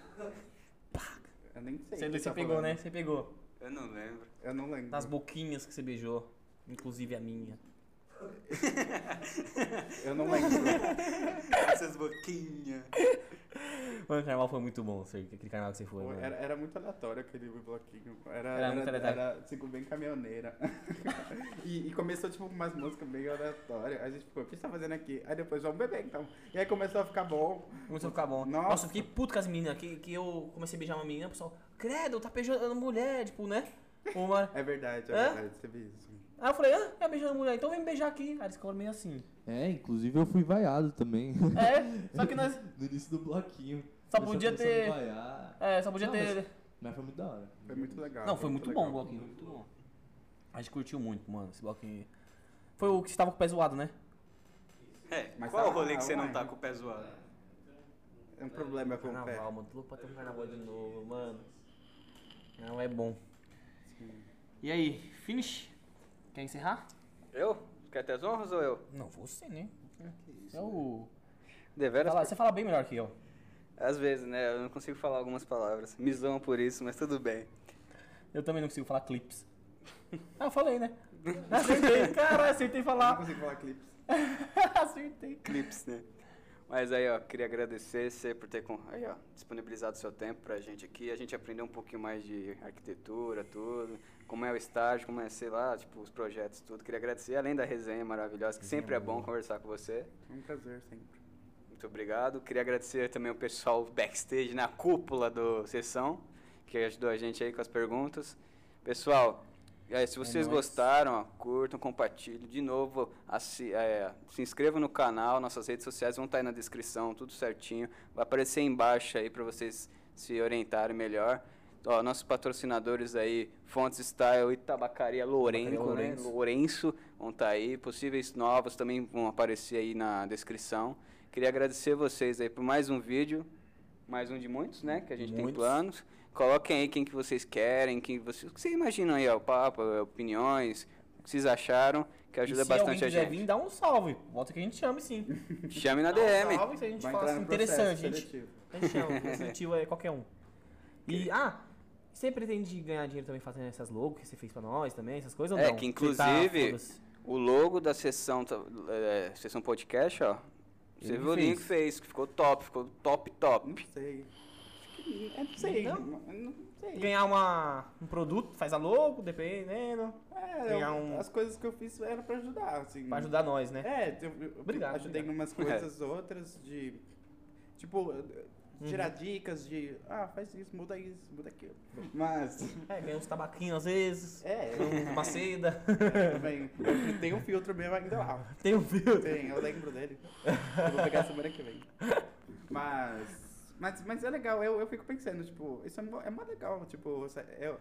Speaker 3: eu nem sei. o
Speaker 2: Você,
Speaker 3: que
Speaker 2: você
Speaker 3: tá
Speaker 2: pegou,
Speaker 3: falando. Uhum.
Speaker 2: né? Você pegou.
Speaker 1: Eu não lembro.
Speaker 3: Eu não lembro.
Speaker 2: Das boquinhas que você beijou. Inclusive a minha.
Speaker 1: Eu não lembro. Essas boquinhas.
Speaker 2: Mano, o carnaval foi muito bom, Serg, aquele carnaval que você foi.
Speaker 3: Pô,
Speaker 2: mano.
Speaker 3: Era, era muito aleatório aquele bloquinho. Era,
Speaker 2: Era muito aleatório.
Speaker 3: Era, tipo, bem caminhoneira. e, e começou, tipo, com umas músicas bem aleatórias. A gente ficou, o que você tá fazendo aqui? Aí depois, vamos beber, então. E aí começou a ficar bom.
Speaker 2: Começou a ficar bom.
Speaker 3: Nossa.
Speaker 2: Nossa, eu fiquei puto com as meninas, que, que eu comecei a beijar uma menina, o pessoal, credo, tá beijando mulher, tipo, né? Uma...
Speaker 3: É verdade, é,
Speaker 2: Hã?
Speaker 3: verdade. Teve isso.
Speaker 2: Aí eu falei, ah, tá beijando mulher, então vem me beijar aqui. Aí eles ficaram meio assim.
Speaker 5: É, inclusive eu fui vaiado também.
Speaker 2: É, só que nós
Speaker 5: no início do bloquinho.
Speaker 2: só
Speaker 5: Pessoal
Speaker 2: podia
Speaker 5: começou a me
Speaker 2: ter...
Speaker 5: vaiar.
Speaker 2: É, só podia
Speaker 5: Não,
Speaker 2: ter...
Speaker 5: Mas foi muito da hora.
Speaker 3: Foi muito legal.
Speaker 2: Não, foi muito bom o
Speaker 3: legal.
Speaker 2: bloquinho, foi muito bom. A gente curtiu muito, mano, esse bloquinho. Foi o que você tava com o pé zoado, né?
Speaker 1: É,
Speaker 3: Mas
Speaker 1: qual
Speaker 3: tá
Speaker 1: o rolê
Speaker 3: lá,
Speaker 1: que você não
Speaker 3: ué.
Speaker 1: tá com o pé zoado?
Speaker 3: É um problema com o pé.
Speaker 2: Carnaval, mano, tô louco pra ter um carnaval de novo, mano. Não é bom. E aí, finish? Quer encerrar?
Speaker 1: Eu? Quer ter as honras ou eu?
Speaker 2: Não, você, né? É né? o...
Speaker 1: Deveras?
Speaker 2: Fala- você fala bem melhor que eu.
Speaker 1: Às vezes, né? Eu não consigo falar algumas palavras. Me zoam por isso, mas tudo bem.
Speaker 2: Eu também não consigo falar clips. Ah, eu falei, né? Acertei, cara, acertei
Speaker 3: Eu não
Speaker 2: falar.
Speaker 3: consigo falar clipes.
Speaker 2: acertei.
Speaker 1: Clips, né? Mas aí, ó, queria agradecer você por ter com- aí, ó, disponibilizado seu tempo pra gente aqui. A gente aprendeu um pouquinho mais de arquitetura, tudo, como é o estágio, como é, sei lá, tipo, os projetos, tudo. Queria agradecer, além da resenha maravilhosa, que sempre é bom conversar com você.
Speaker 3: Foi um prazer sempre.
Speaker 1: Muito obrigado. Queria agradecer também o pessoal backstage na cúpula do Sessão, que ajudou a gente aí com as perguntas. Pessoal, eh,
Speaker 3: É
Speaker 1: se vocês
Speaker 2: nóis.
Speaker 1: gostaram, ó, curtam, compartilhem. De novo, assi- eh, se inscrevam no canal, nossas redes sociais vão estar aí na descrição, tudo certinho. Vai aparecer aí embaixo aí para vocês se orientarem melhor. Ó, nossos patrocinadores aí, Fontes Style e Tabacaria Lourenço,
Speaker 2: Tabacaria
Speaker 1: né?
Speaker 2: Lourenço.
Speaker 1: Lourenço vão estar aí. Possíveis novos também vão aparecer aí na descrição. Queria agradecer vocês aí por mais um vídeo, mais um de muitos, né? Que a gente tem
Speaker 2: Muitos.
Speaker 1: planos. Coloquem aí quem que vocês querem, quem vocês, o que vocês imaginam aí, ó, o papo, opiniões, o que vocês acharam, que ajuda
Speaker 2: e se alguém
Speaker 1: bastante a
Speaker 2: quiser
Speaker 1: gente.
Speaker 2: vir, dá um salve. Bota que a gente chame, sim.
Speaker 1: Chame na
Speaker 2: Dá um
Speaker 1: DM.
Speaker 2: salve se a gente
Speaker 3: Vai
Speaker 2: fala
Speaker 3: entrar
Speaker 2: assim,
Speaker 3: no processo
Speaker 2: interessante. A gente,
Speaker 3: seletivo.
Speaker 2: a gente chama, o seletivo é qualquer um. E, ah... Você pretende ganhar dinheiro também fazendo essas logos que você fez pra nós também, essas coisas ou
Speaker 1: É,
Speaker 2: não?
Speaker 1: que
Speaker 2: Você tá,
Speaker 1: inclusive-
Speaker 2: foda-se.
Speaker 1: O logo da sessão, tá, é, sessão podcast, ó. Você
Speaker 2: Ele
Speaker 1: viu o
Speaker 2: fez.
Speaker 1: link que fez, que ficou top, ficou top, top.
Speaker 3: Não sei. Acho que- é, Não sei.
Speaker 2: Não?
Speaker 3: Não, não sei.
Speaker 2: ganhar uma, um produto, faz a logo, dependendo,
Speaker 3: É,
Speaker 2: Ganhar
Speaker 3: eu-
Speaker 2: um-
Speaker 3: as coisas que eu fiz era pra ajudar, assim.
Speaker 2: pra ajudar nós, né?
Speaker 3: É, eu, eu
Speaker 2: Obrigado,
Speaker 3: ajudei em
Speaker 2: obrigado. É.
Speaker 3: umas coisas, outras de. Tipo, tirar
Speaker 2: Uhum.
Speaker 3: dicas de. Ah, faz isso, muda isso, muda aquilo. Mas.
Speaker 2: É, ganhar uns tabaquinhos às vezes,
Speaker 3: É,
Speaker 2: uma seda,
Speaker 3: eu também. Eu, tem um filtro meu ainda lá.
Speaker 2: tem um filtro.
Speaker 3: Tem, eu lembro dele. Eu vou pegar semana que vem. Mas. Mas, mas é legal, eu, eu fico pensando, tipo, isso é, mó- é mó legal, tipo, essa- eu,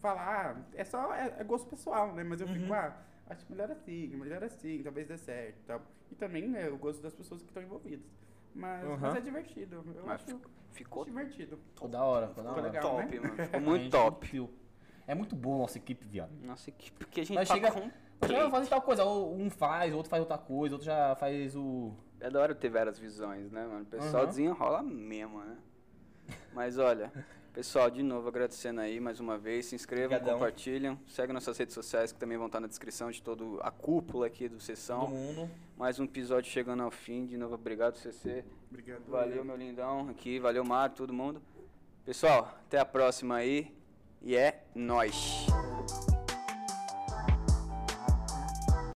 Speaker 3: falar, é só é, é gosto pessoal, né? Mas eu fico, ah, acho melhor assim, melhor assim, talvez dê certo e tal. E também, né, o gosto das pessoas que estão envolvidas. Mas,
Speaker 2: Uhum.
Speaker 3: mas é divertido, eu
Speaker 1: Mas
Speaker 3: acho,
Speaker 1: Ficou
Speaker 3: divertido.
Speaker 2: Ficou da hora, ficou da
Speaker 3: Ficou
Speaker 2: hora.
Speaker 3: legal.
Speaker 1: top, mano. Ficou
Speaker 2: A gente
Speaker 1: muito top.
Speaker 2: curtiu. É muito bom a nossa equipe, viado.
Speaker 1: Nossa, que, porque a gente
Speaker 2: Mas
Speaker 1: tá
Speaker 2: chega-
Speaker 1: com...
Speaker 2: Já fazem tal coisa, ou um faz, outro faz outra coisa, outro já faz o...
Speaker 1: É da hora ter várias visões, né, mano? O pessoal
Speaker 2: Aham.
Speaker 1: desenrola mesmo, né? Mas olha, pessoal, de novo agradecendo aí mais uma vez. Se inscrevam,
Speaker 2: Obrigadão.
Speaker 1: compartilham, segue nossas redes sociais que também vão estar na descrição de todo a cúpula aqui do
Speaker 2: Todo
Speaker 1: Sessão.
Speaker 2: mundo.
Speaker 1: Mais um episódio chegando ao fim. De novo, obrigado, CC.
Speaker 3: Obrigado.
Speaker 1: Valeu, meu lindão aqui. Valeu, Mário, todo mundo. Pessoal, até a próxima aí. E é nóis.